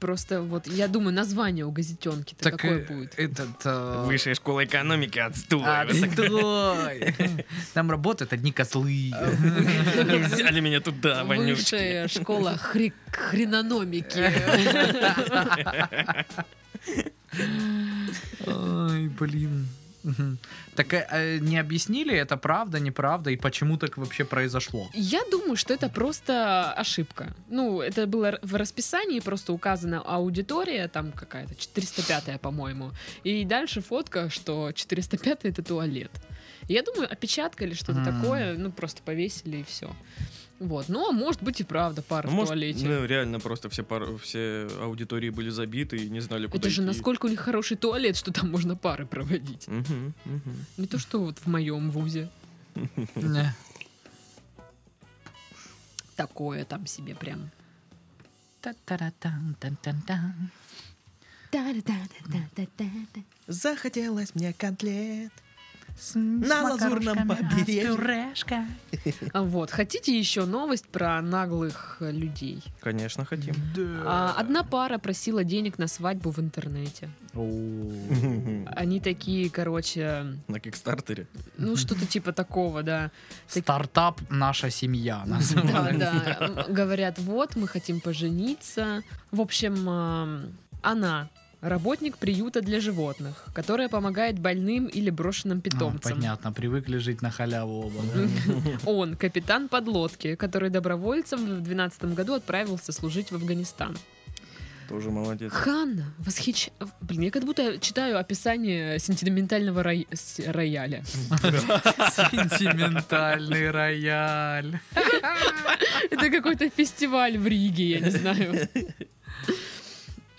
C: Просто вот я думаю, название у газетенки-то
B: Так,
C: какое
B: э,
C: будет.
B: (laughs) Этот... э,
A: Высшая школа экономики отстой.
C: А,
A: Вы
B: Отстой! Там работают одни козлы.
A: так Взяли меня туда, вонючки.
C: Высшая школа хри- хренономики.
B: Ой, блин. Мгм. Так э, э, не объяснили, это правда, неправда, и почему так вообще произошло?
C: Я думаю, что это просто ошибка. Ну, это было р- в расписании, просто указана аудитория, там какая-то 405-я, по-моему. И дальше фотка, что 405 это туалет. Я думаю, опечатка или что-то
B: М.
C: такое, ну, просто повесили и все. Вот. Ну, а может быть и правда пара
A: Ну,
C: в
A: может,
C: туалете.
A: ну, реально просто все, пар- все аудитории были забиты и не знали, куда
C: Это же
A: идти.
C: насколько у них хороший туалет, что там можно пары проводить.
A: Мгм, мгм.
C: Не то, что вот в моем вузе.
B: Не.
C: Такое там себе прям.
D: Та-та-ра-тан-тан-тан-тан.
E: Захотелось мне котлет.
D: С- с макарошками, а,
E: лазурном
D: с
E: побережье.
D: пюрешкой.
C: А Вот. Хотите еще новость про наглых э, людей?
A: Конечно, (laughs) хотим.
C: А, одна пара просила денег на свадьбу в интернете.
B: О.
C: Они такие, короче,
A: На (laughs) кикстартере.
C: ну что-то типа такого,
B: (laughs)
C: да.
B: Стартап «Наша семья»
C: Да,
B: называется.
C: да. М, Говорят, вот, мы хотим пожениться. В общем, эм, она работник приюта для животных, которая помогает больным или брошенным
B: А,
C: питомцам.
B: Понятно, привыкли жить на халяву оба. да?
C: Он капитан подлодки, который добровольцем в 2012 году отправился служить в Афганистан.
A: Тоже молодец.
C: Ханна восхищ... Блин, я как будто читаю описание сентиментального рай- с- рояля.
B: Сентиментальный рояль.
C: Это какой-то фестиваль в Риге, я не знаю.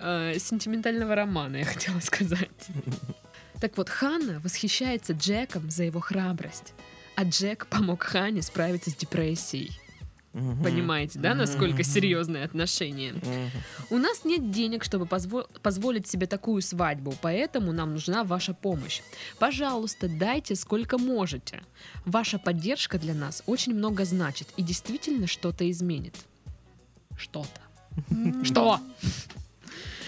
C: Э, Сентиментального романа, я хотела сказать. Так вот, Ханна восхищается Джеком за его храбрость. А Джек помог Хане справиться с депрессией.
A: Мгм.
C: Понимаете, да, насколько серьезные отношения?
A: Мгм.
C: У нас нет денег, чтобы позво- позволить себе такую свадьбу, поэтому нам нужна ваша помощь. Пожалуйста, дайте сколько можете. Ваша поддержка для нас очень много значит и действительно что-то изменит. Что-то. Что?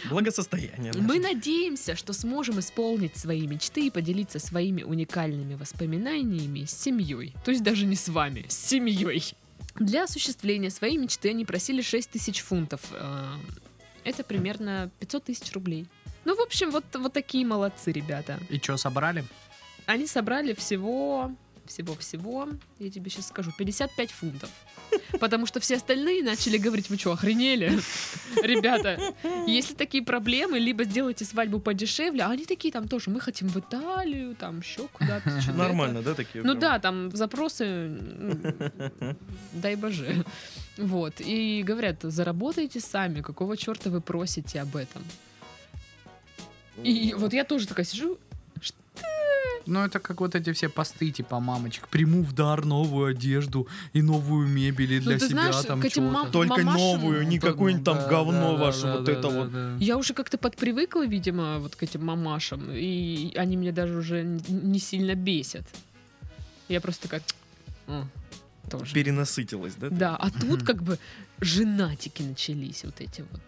A: Благосостояние.
C: Мы надеемся, что сможем исполнить свои мечты и поделиться своими уникальными воспоминаниями с семьей. То есть даже не с вами, с семьей. Для осуществления своей мечты они просили 6 тысяч фунтов. Э, Это примерно 500 тысяч рублей. Ну, в общем, вот, вот такие молодцы ребята.
B: И что, собрали?
C: Они собрали всего, всего-всего, я тебе сейчас скажу, 55 фунтов. Потому что все остальные начали говорить, вы что, охренели? Ребята, если такие проблемы, либо сделайте свадьбу подешевле, а они такие там тоже, мы хотим в Италию, там еще куда-то. что-то
A: Нормально, да, такие?
C: это. Ну
A: прям?
C: да, там запросы, м, дай боже. Вот, и говорят, заработайте сами, какого черта вы просите об этом? И вот я тоже такая сижу,
B: Ну, это как вот эти все посты, типа, мамочек, приму в дар новую одежду и новую мебель и для
C: ты
B: себя
C: знаешь,
B: там
C: к этим
B: чего-то.
C: мам-
A: Только
C: мамашам-
A: новую, не какую-нибудь там
B: Да,
A: говно
B: да,
A: ваше,
B: да,
A: вот
B: да,
A: это
B: да,
A: вот.
B: да.
C: Я уже как-то подпривыкла, видимо, вот к этим мамашам, и они меня даже уже н- не сильно бесят. Я просто как... «М, Тоже.
A: Перенасытилась, да? ты?
C: Да, а тут как бы женатики начались вот эти вот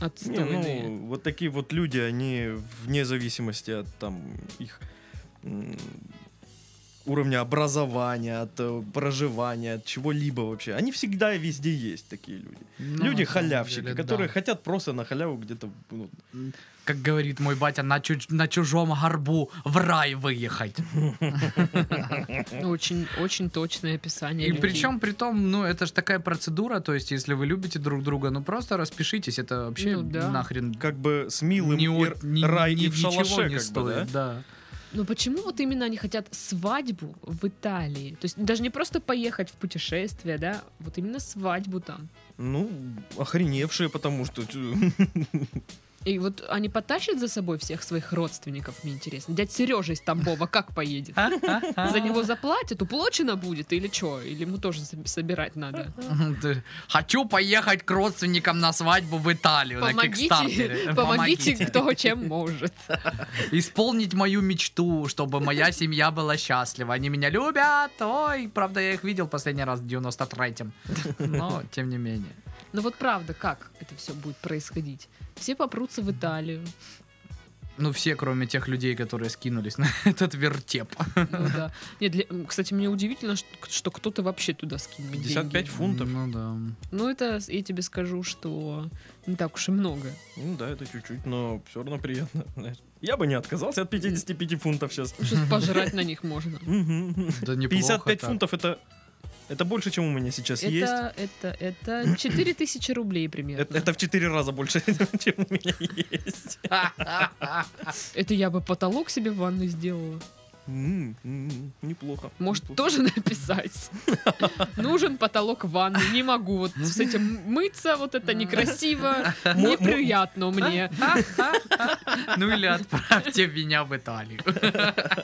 A: Не,
C: отстойные.
A: ну, вот такие вот люди, они вне зависимости от там их м, уровня образования, от э, проживания, от чего-либо вообще. Они всегда и везде есть такие люди.
B: Ну,
A: люди
B: на самом
A: халявщики,
B: деле, да.
A: которые хотят просто на халяву где-то ну,
B: Как говорит мой батя, на, чуч- на чужом горбу в рай выехать.
C: Очень, очень точное описание.
B: И
C: людей.
B: причем, при том, ну, это же такая процедура, то есть, если вы любите друг друга, ну, просто распишитесь, это вообще
C: Ну, да.
B: нахрен...
A: как бы с милым
B: ни
A: и
B: о-
A: р-
B: ни-
A: рай
B: ни-
A: и в
B: ничего
A: шалаше,
B: не
A: как бы, да?
B: стоит, да. (laughs)
C: Но почему вот именно они хотят свадьбу в Италии? То есть даже не просто поехать в путешествие, да, вот именно свадьбу там.
A: Ну, охреневшие, потому что
C: И вот они потащат за собой всех своих родственников, мне интересно. Дядь Сережа из Тамбова как поедет? За него заплатят? Уплочено будет или что? Или ему тоже за- собирать надо?
B: Ты- Хочу поехать к родственникам на свадьбу в Италию на
C: Помогите,
B: Кикстартере.
C: (laughs) помогите, кто чем может.
B: Исполнить мою мечту, чтобы моя семья была счастлива. Они меня любят. Ой, правда, я их видел последний раз в 93-м. Но, тем не менее.
C: Но Ну вот правда, как это все будет происходить? Все попрутся в Италию.
B: Ну, все, кроме тех людей, которые скинулись (laughs) на этот вертеп.
C: Ну да. Нет, для- м, кстати, мне удивительно, что, что кто-то вообще туда скинул
A: 55
C: деньги.
A: фунтов.
B: Ну, да.
C: Ну это, я тебе скажу, что не так уж и много.
A: (laughs) Ну да, это чуть-чуть, но все равно приятно. (laughs) знаешь. Я бы не отказался от 55 фунтов
B: (laughs)
A: сейчас.
C: Сейчас пожрать на них можно.
B: Да неплохо
A: 55
B: так.
A: фунтов это это больше, чем у меня сейчас есть.
C: Это, это, это 4000 рублей примерно.
A: Это, это в 4 раза больше, (laughs) чем у меня есть.
C: Это я бы потолок себе в ванну сделала.
A: М, м, Неплохо.
C: Может,
A: Неплохо.
C: тоже (laughs) написать? Нужен потолок в ванну. Не могу вот с этим мыться. Вот это некрасиво. Неприятно
A: а?
C: мне.
B: Ну или отправьте меня в Италию. (laughs)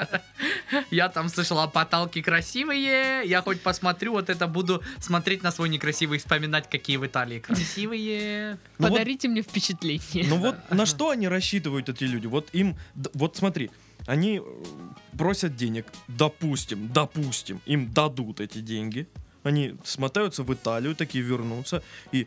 B: Я там слышала, потолки красивые. Я хоть посмотрю, вот это буду смотреть на свой некрасивый и вспоминать, какие в Италии красивые.
A: Ну вот-
C: Подарите мне впечатление.
A: Ну вот на что они рассчитывают, эти люди? Вот им, д- вот смотри, они э, просят денег, допустим, допустим, им дадут эти деньги, они смотаются в Италию, такие вернутся, и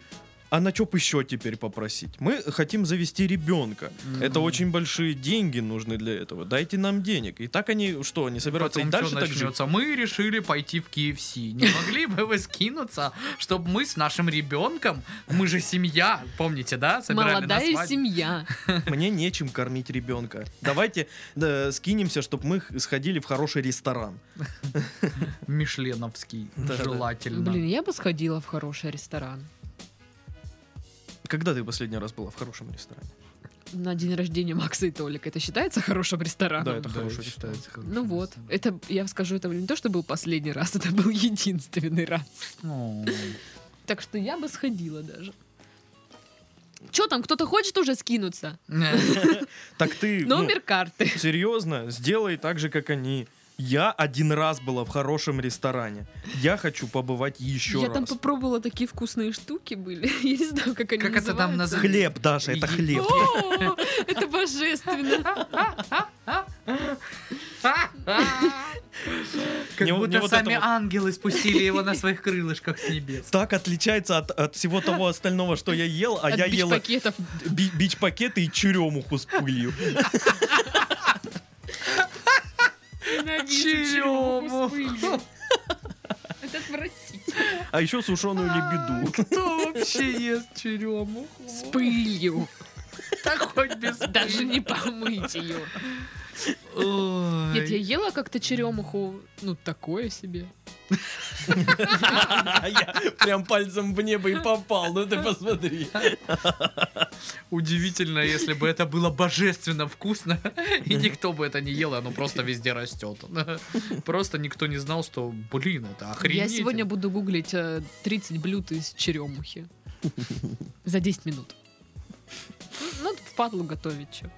A: а на чё б еще теперь попросить? Мы хотим завести ребенка. Это очень большие деньги нужны для этого. Дайте нам денег. И так они, что, они собираются
B: Потом
A: и дальше
B: что
A: так жить?
B: начнется? Мы решили пойти в KFC. Не могли бы вы скинуться, чтобы мы с нашим ребенком, мы же семья, помните, да? собирали на
C: Молодая
B: свадьбу?
C: семья.
A: Мне нечем кормить ребенка. Давайте да, скинемся, чтобы мы х- сходили в хороший ресторан.
B: Мишленовский,
A: Да-да.
B: желательно.
C: Блин, я бы сходила в хороший ресторан.
A: Когда ты последний раз была в хорошем ресторане?
C: На день рождения Макса и Толика. Это считается хорошим рестораном?
A: Да, это хороший
B: считается. хорошим
C: Ну вот,
B: местом.
C: это, я скажу, это не то, что был последний раз, (laughs) это был единственный раз.
A: (laughs)
B: Ну,
C: Так что я бы сходила даже. Че там, кто-то хочет уже скинуться?
A: Так ты ну,
C: Номер карты.
A: серьезно, сделай так же, как они. Я один раз была в хорошем ресторане. Я хочу побывать еще
C: я
A: раз.
C: там попробовала такие вкусные штуки были. (laughs) Я не знаю, как они
B: Как это там
C: называются.
B: называется?
A: Хлеб, Даша, это
B: Е-
A: хлеб.
C: О, это божественно.
D: Как
A: Не- не
D: будто
A: вот
D: сами
A: это вот.
D: ангелы спустили
C: (laughs)
D: его на своих крылышках с небес.
A: Так отличается от, от всего того остального, что я ел, а
C: От
A: я ела
C: пакетов.
A: би- бич-пакеты и черемуху с пылью.
D: Черёму.
C: Это отвратительно.
A: А еще сушеную лебеду.
D: Кто
B: (laughs)
D: вообще ест черему?
C: С пылью.
D: Так хоть без...
C: (laughs) Даже не помыть ее. Нет, я ела как-то черемуху. Ну, такое себе.
A: А Я прям пальцем в небо и попал, ну ты посмотри.
B: Удивительно, если бы это было божественно
C: (laughs)
B: вкусно, и никто бы это не ел, оно просто везде растет. (laughs) Просто никто не знал, что, блин, это
C: Я
B: охренеть.
C: сегодня буду гуглить э, 30 блюд из черемухи. За 10 минут. Ну, Надо впадлу готовить что.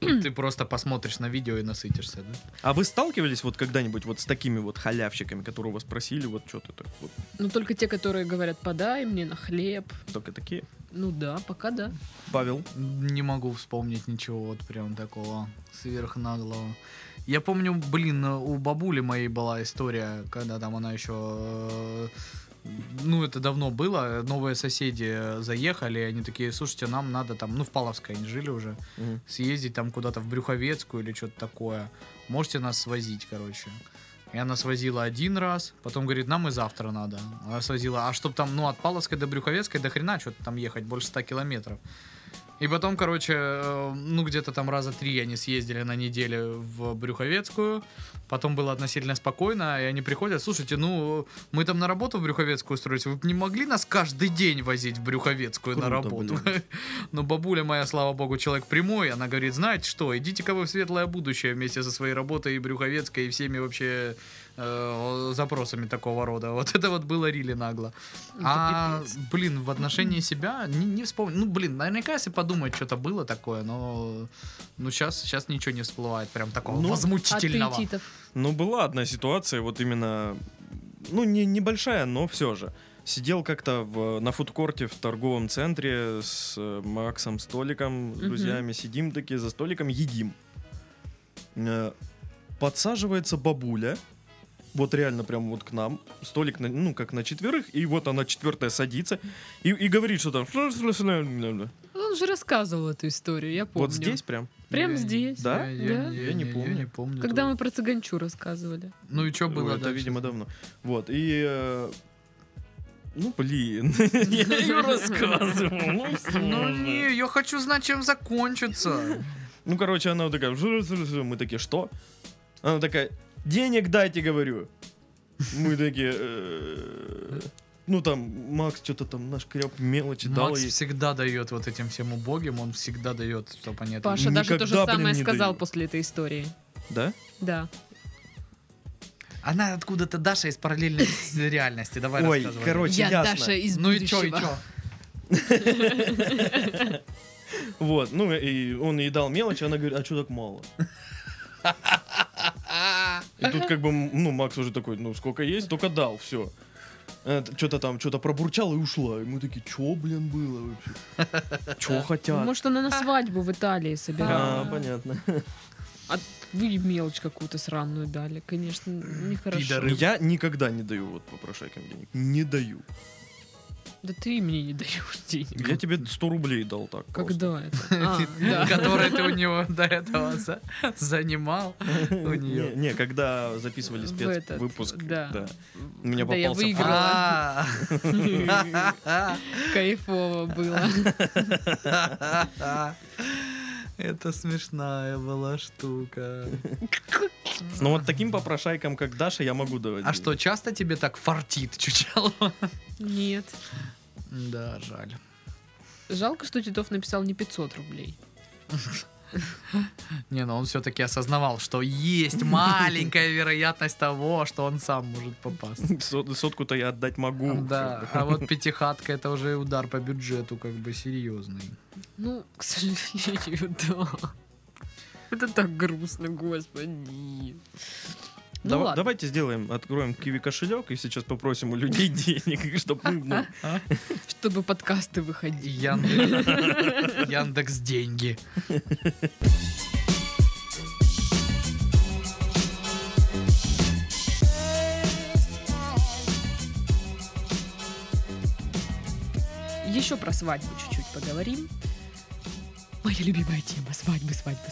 B: Ты просто посмотришь на видео и насытишься, да?
A: А вы сталкивались вот когда-нибудь вот с такими вот халявщиками, которые вас просили, вот что ты так вот,
C: Ну, только те, которые говорят, подай мне на хлеб.
A: только такие?
C: Ну да, пока да.
A: Павел?
B: Не могу вспомнить ничего вот прям такого сверхнаглого. Я помню, блин, у бабули моей была история, когда там она еще... э, Ну, это давно было, новые соседи заехали, и они такие, слушайте, нам надо там, ну, в Паловской они жили уже,
A: Мгм.
B: съездить там куда-то в Брюховецкую или что-то такое. Можете нас свозить, короче. И она свозила один раз, потом говорит, нам и завтра надо. Она свозила, а чтоб там, ну, от Паловской до Брюховецкой до хрена что-то там ехать, больше 100 километров. И потом, короче, э, ну, где-то там раза три они съездили на неделю в Брюховецкую. Потом было относительно спокойно, и они приходят, слушайте, ну, мы там на работу в Брюховецкую устроились, вы бы не могли нас каждый день возить в Брюховецкую на
A: Круто,
B: работу?
A: блин.
B: (laughs) Но бабуля моя, слава богу, человек прямой, она говорит, знаете что, идите-ка вы в светлое будущее вместе со своей работой и Брюховецкой, и всеми вообще э, запросами такого рода. Вот это вот было рили нагло.
C: Это
B: А,
C: пипец.
B: блин, в отношении себя не, не вспомню. Ну, блин, наверняка, если подумать, что-то было такое, но ну сейчас, сейчас ничего не всплывает прям такого
A: Ну,
C: А ты,
B: возмутительного.
C: Титов?
A: Ну, была одна ситуация, вот именно, ну, не, небольшая, но все же. Сидел как-то в- на фудкорте в торговом центре с э, Максом, столиком, с
C: Мгм.
A: друзьями. Сидим такие за столиком, едим. Э, Подсаживается бабуля, вот реально прям вот к нам, столик, на- ну, как на четверых, и вот она четвертая садится и, и говорит что-то.
C: Он же рассказывал эту историю, я помню.
A: Вот здесь прям.
C: Прям
B: Я-
C: здесь.
A: Да?
C: Да.
A: Я не помню.
B: не помню.
C: Когда
B: тоже.
C: мы про цыганчу рассказывали.
B: Ну и что было
A: это,
B: дальше?
A: видимо, давно. Вот, и... э, Ну, блин. Я её рассказывал. Ну, всё
B: Ну
A: же.
B: не, я хочу знать, чем
C: (laughs)
B: закончится.
A: Ну, короче, она вот такая... «Жу-жу-жу-жу». Мы такие, что? Она такая, денег дайте, говорю. Мы такие... «Э, Ну, там, Макс что-то там, наш креп мелочи дал
B: Макс
A: ей.
B: всегда дает вот этим всем убогим, он всегда дает, чтобы они это-
C: Паша даже то же
A: Никогда, блин,
C: самое
A: не
C: сказал
A: даю.
C: после этой истории.
A: Да?
C: Да.
B: Она откуда-то Даша из параллельной (laughs) с- реальности. Давай
A: Ой,
B: рассказывай.
A: короче,
C: я
A: ясно.
C: Даша из
B: Ну и
C: будущего.
B: чё, и чё?
A: Вот, ну, и он ей дал мелочи, она говорит, а что так мало? И тут как бы, м, ну, Макс уже такой, ну, сколько есть, только дал, все. Что-то там, что-то пробурчал и ушла. И мы такие, чё, блин, было вообще? Чё хотят?
C: Может, она на свадьбу в Италии
A: А,
C: собирала.
A: понятно.
C: А вы ей мелочь какую-то сраную дали. Конечно, нехорошо.
B: Пидоры.
A: Я никогда не даю вот попрошайкам денег. Не даю.
C: Да ты и мне не даешь денег.
A: Я тебе 100 рублей дал так. просто.
C: Когда это? А, да.
B: (laughs) Который ты у него до этого за- занимал. У
A: (laughs) Не,
B: нее.
A: не, когда записывали
C: В
A: спецвыпуск.
C: этот, да.
A: да. У меня
C: Да, я
A: попался
C: выиграла.
A: фан.
B: А.
C: (laughs)
A: (laughs)
C: Кайфово было.
B: Это смешная была штука.
A: Но вот таким попрошайкам, как Даша, я могу давать.
B: А
A: деньги.
B: что, часто тебе так фартит, чучело?
C: Нет.
B: Да, жаль.
C: Жалко, что Титов написал не 500 рублей.
B: Не, но он все-таки осознавал, что есть маленькая вероятность того, что он сам может попасть.
A: Сот- Сотку-то я отдать могу.
B: Да, а вот пятихатка это уже удар по бюджету, как бы серьезный.
C: Ну, к сожалению, (laughs) да. Это так грустно, господи. Ну
A: Дава-
C: ладно.
A: Давайте сделаем, откроем киви кошелек и сейчас попросим у
C: (laughs)
A: людей денег, ну. чтобы
C: Чтобы подкасты выходили. (laughs)
B: Яндекс, Яндекс деньги.
C: Еще про свадьбу чуть-чуть поговорим. Моя любимая тема свадьбы, свадьбы,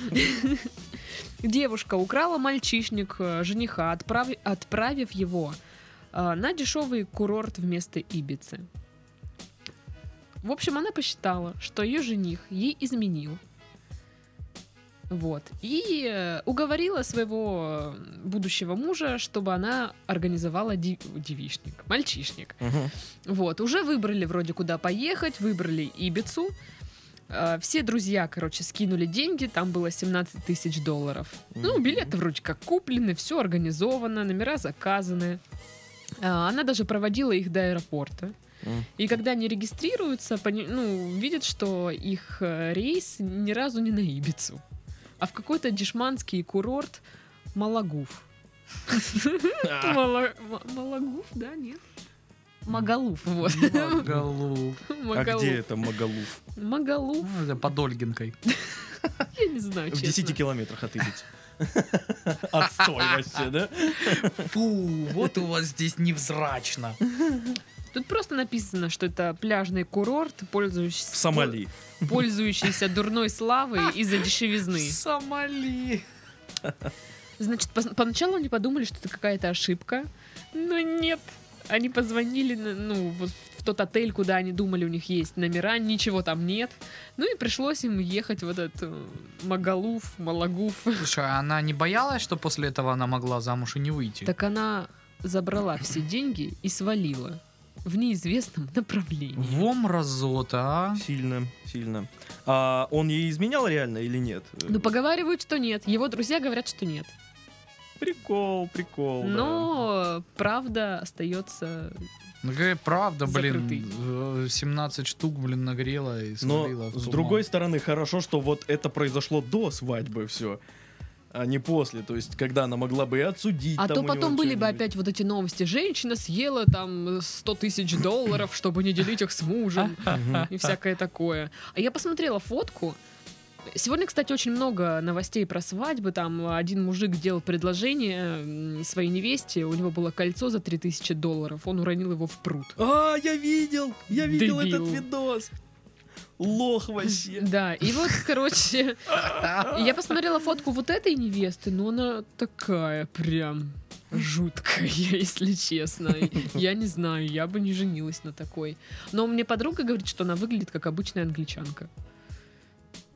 C: свадьбы. Девушка украла мальчишник э, жениха, отправи- отправив его э, на дешевый курорт вместо Ибицы. В общем, она посчитала, что ее жених ей изменил. Вот. И э, уговорила своего э, будущего мужа, чтобы она организовала ди- девичник, мальчишник. Вот, уже выбрали вроде куда поехать, выбрали Ибицу. Э, Все друзья, короче, скинули деньги, там было 17 тысяч долларов. Ну,
A: Мгм.
C: билеты вроде как куплены, все организовано, номера заказаны. А, Она даже проводила их до аэропорта.
A: Мгм.
C: И когда они регистрируются, пони- ну, видят, что их э, рейс ни разу не на Ибицу, а в какой-то дешманский курорт
A: (laughs)
C: Малагуф. Мала- М- Малагуф, да, нет? Магалуф, вот.
B: Голуб.
A: А
C: Магалуф.
A: где это Магалуф?
C: Магалуф,
B: Ну, это под Ольгинкой.
C: я не знаю,
A: В
C: Ну, честно.
A: 10 километрах от
C: (laughs)
A: Ибицы. (laughs) Отстой вообще, да?
B: Фу, вот у вас здесь невзрачно.
C: Тут просто написано, что это пляжный курорт, пользующийся,
A: В Сомали.
C: пользующийся дурной славой из-за
B: Ну
C: дешевизны.
A: (laughs)
B: Сомали.
C: Значит, пос- поначалу они подумали, что это какая-то ошибка, но нет. Они позвонили, на- ну, вот в тот отель, куда они думали, у них есть номера, ничего там нет. Ну и пришлось им ехать в этот э, Магалуф, Малагуф.
B: Слушай, а она не боялась, что после этого она могла замуж и не выйти?
C: Так она забрала все деньги и свалила в неизвестном направлении.
B: Вом разота,
C: Ну,
B: а?
A: Сильно, сильно. А он ей изменял реально или нет?
C: Ну, поговаривают, что нет. Его друзья говорят, что нет.
A: Прикол, прикол. да.
C: Но правда остается...
B: Ну, какая правда, блин,
C: Закрытый.
B: э, 17 штук, блин, нагрела и свалила
A: Но с
B: в туман.
A: другой стороны, хорошо, что вот это произошло до свадьбы все, а не после. То есть, когда она могла бы и отсудить.
C: А
A: там
C: то
A: у него
C: потом были бы
A: что-нибудь.
C: опять вот эти новости. Женщина съела там 100 тысяч долларов, чтобы не делить их с мужем
A: Мгм.
C: и всякое такое. А я посмотрела фотку. Сегодня, кстати, очень много новостей про свадьбы. Там один мужик делал предложение м, своей невесте. У него было кольцо за 3000 долларов. Он уронил его в пруд.
A: А, я видел! Я видел этот
C: Дебил.
A: видос! Лох
C: (laughs)
A: вообще.
C: Да, и вот, короче, я посмотрела фотку вот этой невесты, но она такая прям жуткая, (laughs) если честно. Я не знаю, я бы не женилась на такой. Но мне подруга говорит, что она выглядит как обычная англичанка.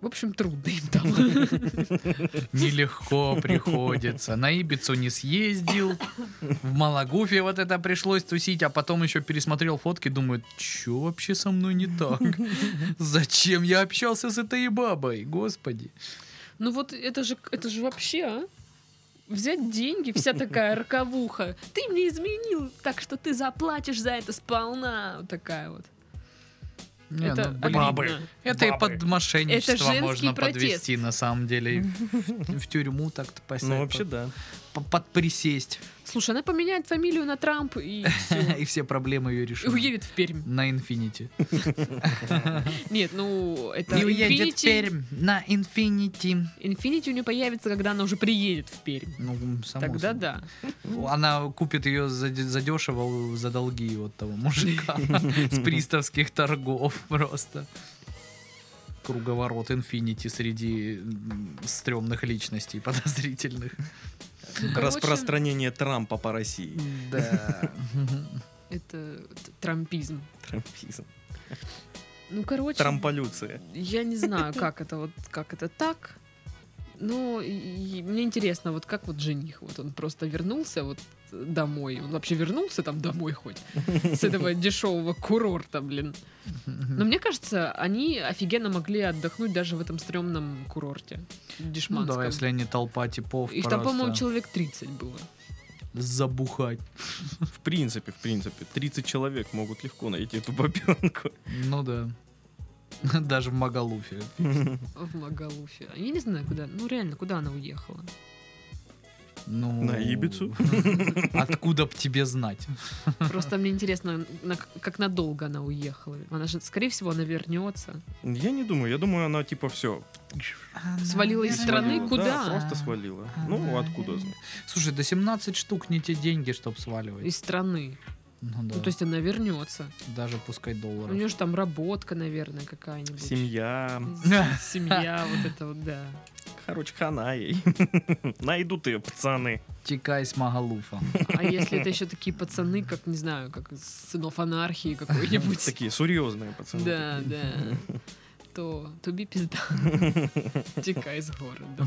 C: В общем, трудно им там. (laughs)
B: Нелегко приходится. На Ибицу не съездил. В Малагуфе вот это пришлось тусить, а потом еще пересмотрел фотки, думаю, что вообще со мной не так? Зачем я общался с этой бабой? Господи.
C: Ну вот это же, это же вообще, а? Взять деньги, вся такая роковуха. Ты мне изменил, так что ты заплатишь за это сполна. Вот такая вот.
B: Не,
C: это
B: ну, блин,
C: обидно.
B: Это и
A: Бабы.
B: под
C: Это
B: мошенничество
C: женский
B: можно
C: протест.
B: подвести, на самом
C: (laughs)
B: деле. И В в тюрьму так-то посадить.
A: Ну, вообще, да.
B: Подприсесть.
C: Слушай, она поменяет фамилию на Трамп и
B: (laughs) И все проблемы ее
C: И
B: решены.
C: уедет в Пермь.
B: На инфинити.
C: Нет, ну это
B: И уедет в
C: Infinity.
B: Пермь на инфинити.
C: Infinity у нее появится, когда она уже приедет в Пермь.
B: Ну, само
C: Тогда
B: собой.
C: да.
B: Она купит ее задешево за долги от того
A: (laughs)
B: мужика с приставских торгов просто. Круговорот инфинити среди м, стрёмных личностей подозрительных.
C: Ну, короче,
A: Распространение Трампа по России.
B: (laughs) Да.
C: Это т- трампизм.
A: Трампизм.
C: Ну, короче, (laughs)
A: Трамполюция.
C: я
B: (laughs)
C: не знаю, как это вот, как это так. Ну, и- и мне интересно, вот как вот жених, вот он просто вернулся, вот э, домой. Он вообще вернулся там домой хоть
B: (laughs)
C: с этого дешевого курорта, блин. Но мне кажется, они офигенно могли отдохнуть даже в этом стрёмном курорте
B: Ну
C: дешманском.
B: да, если они толпа типов
C: Их там, по-моему,
B: просто
C: человек 30 было.
B: забухать.
A: В принципе, в принципе, 30 человек могут легко найти эту бабенку.
B: Ну да. (laughs) Даже в Магалуфе.
C: В Магалуфе. Я не знаю, куда. Ну, реально, куда она уехала?
B: Ну,
A: На Ибицу?
B: (laughs) Откуда б тебе знать?
C: Просто мне интересно, на- как надолго она уехала. Она же, скорее всего, она вернется.
A: Я не думаю, я думаю, она типа все.
C: Свалила из страны
B: Ну,
C: куда? А.
A: просто свалила. Ну,
D: Она
A: откуда
D: вернется.
A: знать.
B: Слушай, до 17 штук не те деньги, чтоб сваливать.
C: Из страны.
B: Ну да.
C: Ну, то есть она вернется.
B: Даже пускай
C: У
B: долларов.
C: нее же там работка, наверное, какая-нибудь.
A: Семья.
C: С- Семья, вот это вот, да.
A: Короче, хана ей. (laughs) Найдут ее, пацаны.
B: Текай с Магалуфа.
C: А если это еще такие пацаны, как, не знаю, как из
B: (laughs)
C: сынов анархии какой-нибудь.
A: Такие серьезные пацаны.
C: Да, да.
B: (laughs)
C: То туби пизда. Текай из города.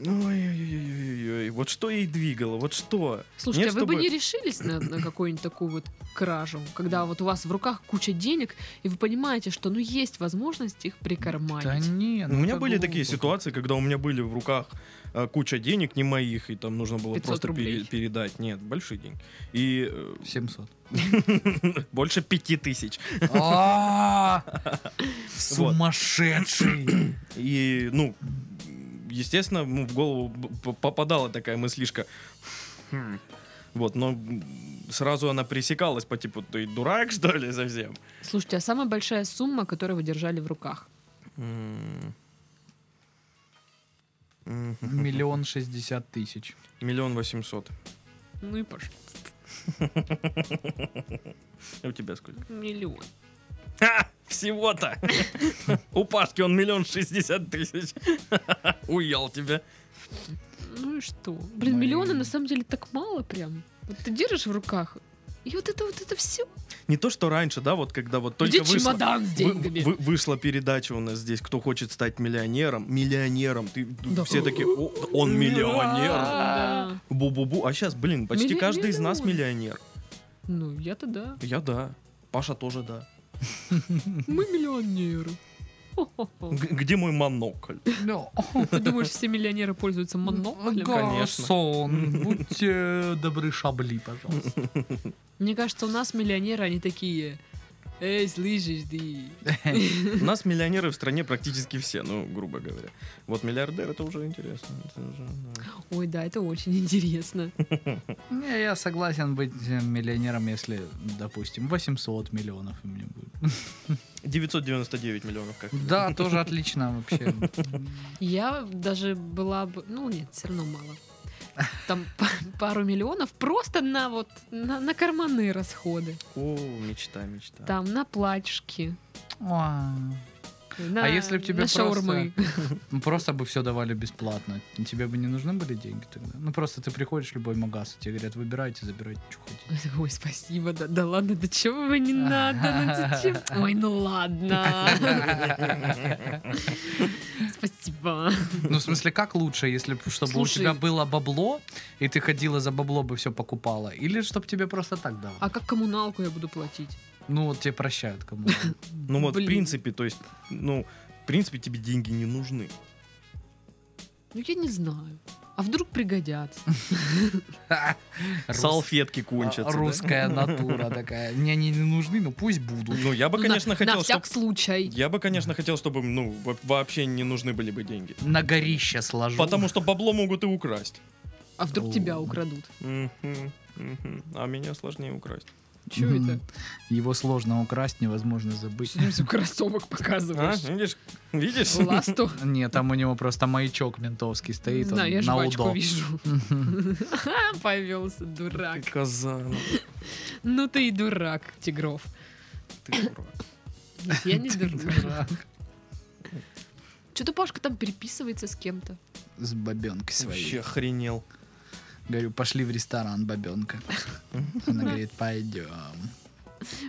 A: Ой-ой-ой-ой-ой. Вот что ей двигало, вот что?
C: Слушайте,
A: Нет,
C: а вы бы
A: чтобы-
C: не решились на, на какую-нибудь такую вот кражу, когда вот у вас в руках куча денег, и вы понимаете, что ну есть возможность их
B: Да
C: прикарманить.
B: не,
A: У
B: ну
A: меня
B: это
A: были такие
B: глупо.
A: ситуации, когда у меня были в руках э, куча денег, не моих, и там нужно было
C: 500
A: просто пере-
C: рублей.
A: передать. Нет, большие деньги. И э, (laughs)
B: 700.
A: больше пяти тысяч.
B: А! Сумасшедший.
A: И, ну, естественно, м, в голову б- п- попадала такая мыслишка. «Хм». Вот, но м, сразу она пресекалась по типу, ты дурак, что ли, совсем?
C: Слушайте, а самая большая сумма, которую вы держали в руках?
A: М. М.
B: Миллион шестьдесят тысяч.
A: М-м-м. Миллион восемьсот.
C: Ну и пошли.
A: А У тебя сколько?
C: Миллион.
A: Ха! (laughs) Всего-то. У Пашки он миллион шестьдесят тысяч. (laughs) Уел тебя.
C: Ну и что? Блин,
B: Блин.
C: миллиона на самом деле так мало прям. Вот ты держишь в руках, и вот это вот это все.
A: Не то, что раньше, да, вот когда вот только
C: Где
A: вышла,
C: чемодан с
A: вы-
C: деньгами?
A: вы- вышла передача у нас здесь, кто хочет стать миллионером, миллионером, ты
C: Да.
A: все такие, «О, он миллионер,
C: Да.
A: бу-бу-бу, а сейчас, блин, почти
C: Милли-
A: каждый из нас
C: миллион.
A: миллионер.
C: Ну, я-то да.
A: Я да, Паша тоже да.
C: Мы миллионеры.
B: (laughs)
C: Хо-хо-хо.
A: Г- где мой монокль?
B: Ну,
C: (laughs) Ты думаешь, все миллионеры пользуются моноклем?
A: Конечно.
B: Гарсон, будьте добры, шабли, пожалуйста.
C: Мне кажется, у нас миллионеры, они такие... Эй, слышишь,
B: (laughs)
C: ты?
A: У нас миллионеры в стране практически все, ну, грубо говоря. Вот миллиардер, это уже интересно. это уже, да.
C: Ой, да, это очень интересно.
B: Не, я согласен быть э, миллионером, если, допустим, 800 миллионов у меня будет.
A: 999 миллионов как
B: Да, тоже отлично вообще.
C: Я даже была бы... Ну, нет, все равно мало. Там (laughs) па- пару миллионов просто на вот на, на карманные расходы.
A: О, мечта, мечта.
C: Там на платьишки.
B: Уа.
C: На,
B: А если б тебе
C: на шаурмы.
B: ну, Просто бы все давали бесплатно. Тебе бы не нужны были деньги тогда. Ну просто ты приходишь в любой магаз, и тебе говорят, выбирайте, забирайте, что хотите.
C: (laughs) Ой, спасибо, да, да ладно, да чего
B: (laughs)
C: вы не надо, ну зачем? Ой, ну ладно. Спасибо.
B: Ну, в смысле, как лучше, если б- чтобы у
C: Слушай.
B: тебя было бабло, и ты ходила за бабло бы все покупала, или чтобы тебе просто так давали?
C: А как коммуналку я буду платить?
B: Ну, вот тебе прощают кому.
A: Ну вот, в
C: Блин.
A: принципе, то есть, ну, в принципе, тебе деньги не нужны.
C: Ну, я не знаю. А вдруг пригодятся?
B: Рус-
A: Салфетки кончатся.
B: а,
A: да? (laughs)
B: Русская натура такая. Мне они не нужны, но пусть будут.
A: Ну, я бы,
C: Ну,
A: конечно,
C: на,
A: хотел,
C: На
A: чтоб-
C: всяк случай.
A: Я бы, конечно, хотел, чтобы, ну, во- вообще не нужны были бы деньги.
B: На горище сложу.
A: Потому что бабло могут и украсть.
C: А вдруг
B: О.
C: тебя украдут?
A: Мгм, мгм. А меня сложнее украсть.
C: Чё
B: Мгм.
C: это?
B: Его сложно украсть, невозможно забыть.
C: Что ты кроссовок
A: А, э?
C: показываешь?
A: видишь? Видишь?
C: Ласту?
B: Не, там у него просто маячок ментовский
C: Не
B: стоит.
C: знаю,
B: он
C: я
B: на
C: жвачку
B: удо.
C: вижу. (laughs) Повелся,
A: Ты
C: дурак.
A: коза, ну,
C: Ну ты и дурак, Тигров. (laughs)
A: ты дурак.
C: Нет, я
B: (laughs)
C: не дурак.
B: Дурак.
C: Что-то Пашка там переписывается с кем-то.
B: (laughs) С бабенкой
A: Вообще
B: своей.
A: охренел. (laughs)
B: Говорю, пошли в ресторан, бабенка. Она говорит, пойдем.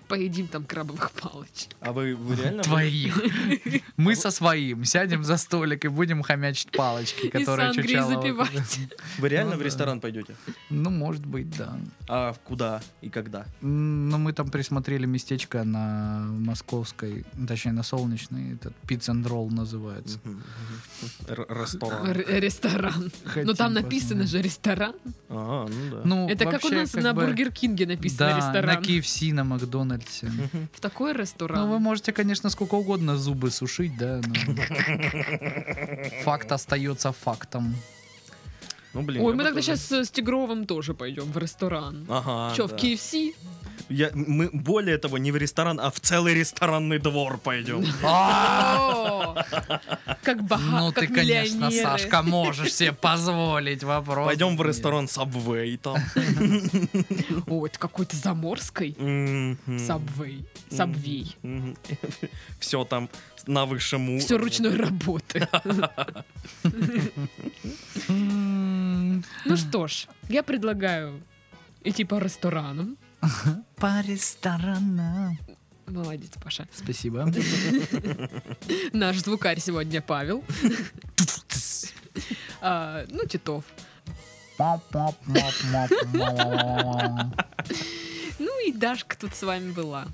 C: Поедим там крабовых палочек.
A: А вы, вы реально...
B: Твоих. (laughs) Мы со своим сядем за столик и будем хомячить палочки, которые
C: и сангрии
B: Чучалова-
C: запивать.
A: Вы реально
B: Ну
A: в
B: да.
A: ресторан пойдете?
B: Ну, может быть, да.
A: А в куда и когда?
B: М, Но мы там присмотрели местечко на московской, точнее на солнечной, этот пицца ролл называется.
A: Мгм, мгм. Р- Ресторан.
C: Р- э, Ресторан. Но
B: Хотим
C: Ну, там написано
B: посмотреть.
C: же ресторан.
A: А, ну да.
B: Ну,
C: Это как у
B: вообще,
C: нас на
B: бы-
C: Бургер Кинге написано
B: да,
C: ресторан.
B: на KFC, на Макдональдсе.
A: Мгм.
C: В такой
B: Ну, вы
C: ресторан.
B: можете, конечно, сколько угодно зубы сушить, да.
A: (laughs)
B: но Факт остается фактом.
A: Ну, блин.
C: Ой,
A: я бы
C: мы тогда
A: тоже-
C: сейчас с Тигровым тоже пойдем в ресторан.
A: Ага,
C: Че, в
A: А, да.
C: KFC?
A: Я, мы более того, не в ресторан, а в целый ресторанный двор пойдем.
C: О, Как баха,
B: Ну, ты,
C: как
B: конечно,
C: миллионеры.
B: Сашка, можешь себе позволить вопрос.
A: Пойдем в
B: Нет.
A: ресторан Subway там.
C: О, это какой-то заморской. Сабвей. Сабвей.
A: (laughs) Все там на высшем уровне.
C: Все ручной (laughs) работы.
B: М,
C: Ну что ж, я предлагаю идти по ресторанам.
D: По ресторанам.
C: Молодец, Паша.
B: Спасибо.
C: Наш звукарь сегодня Павел. (laughs) А, ну, Титов. Ну и Дашка тут с вами была.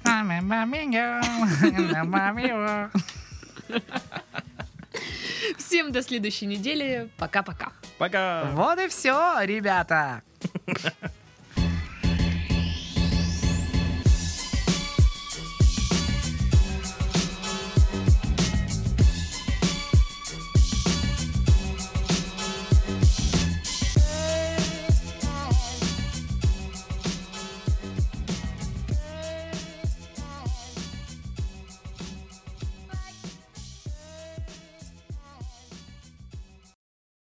C: Всем до следующей недели. Пока-пока.
A: Пока.
D: Вот и все, ребята.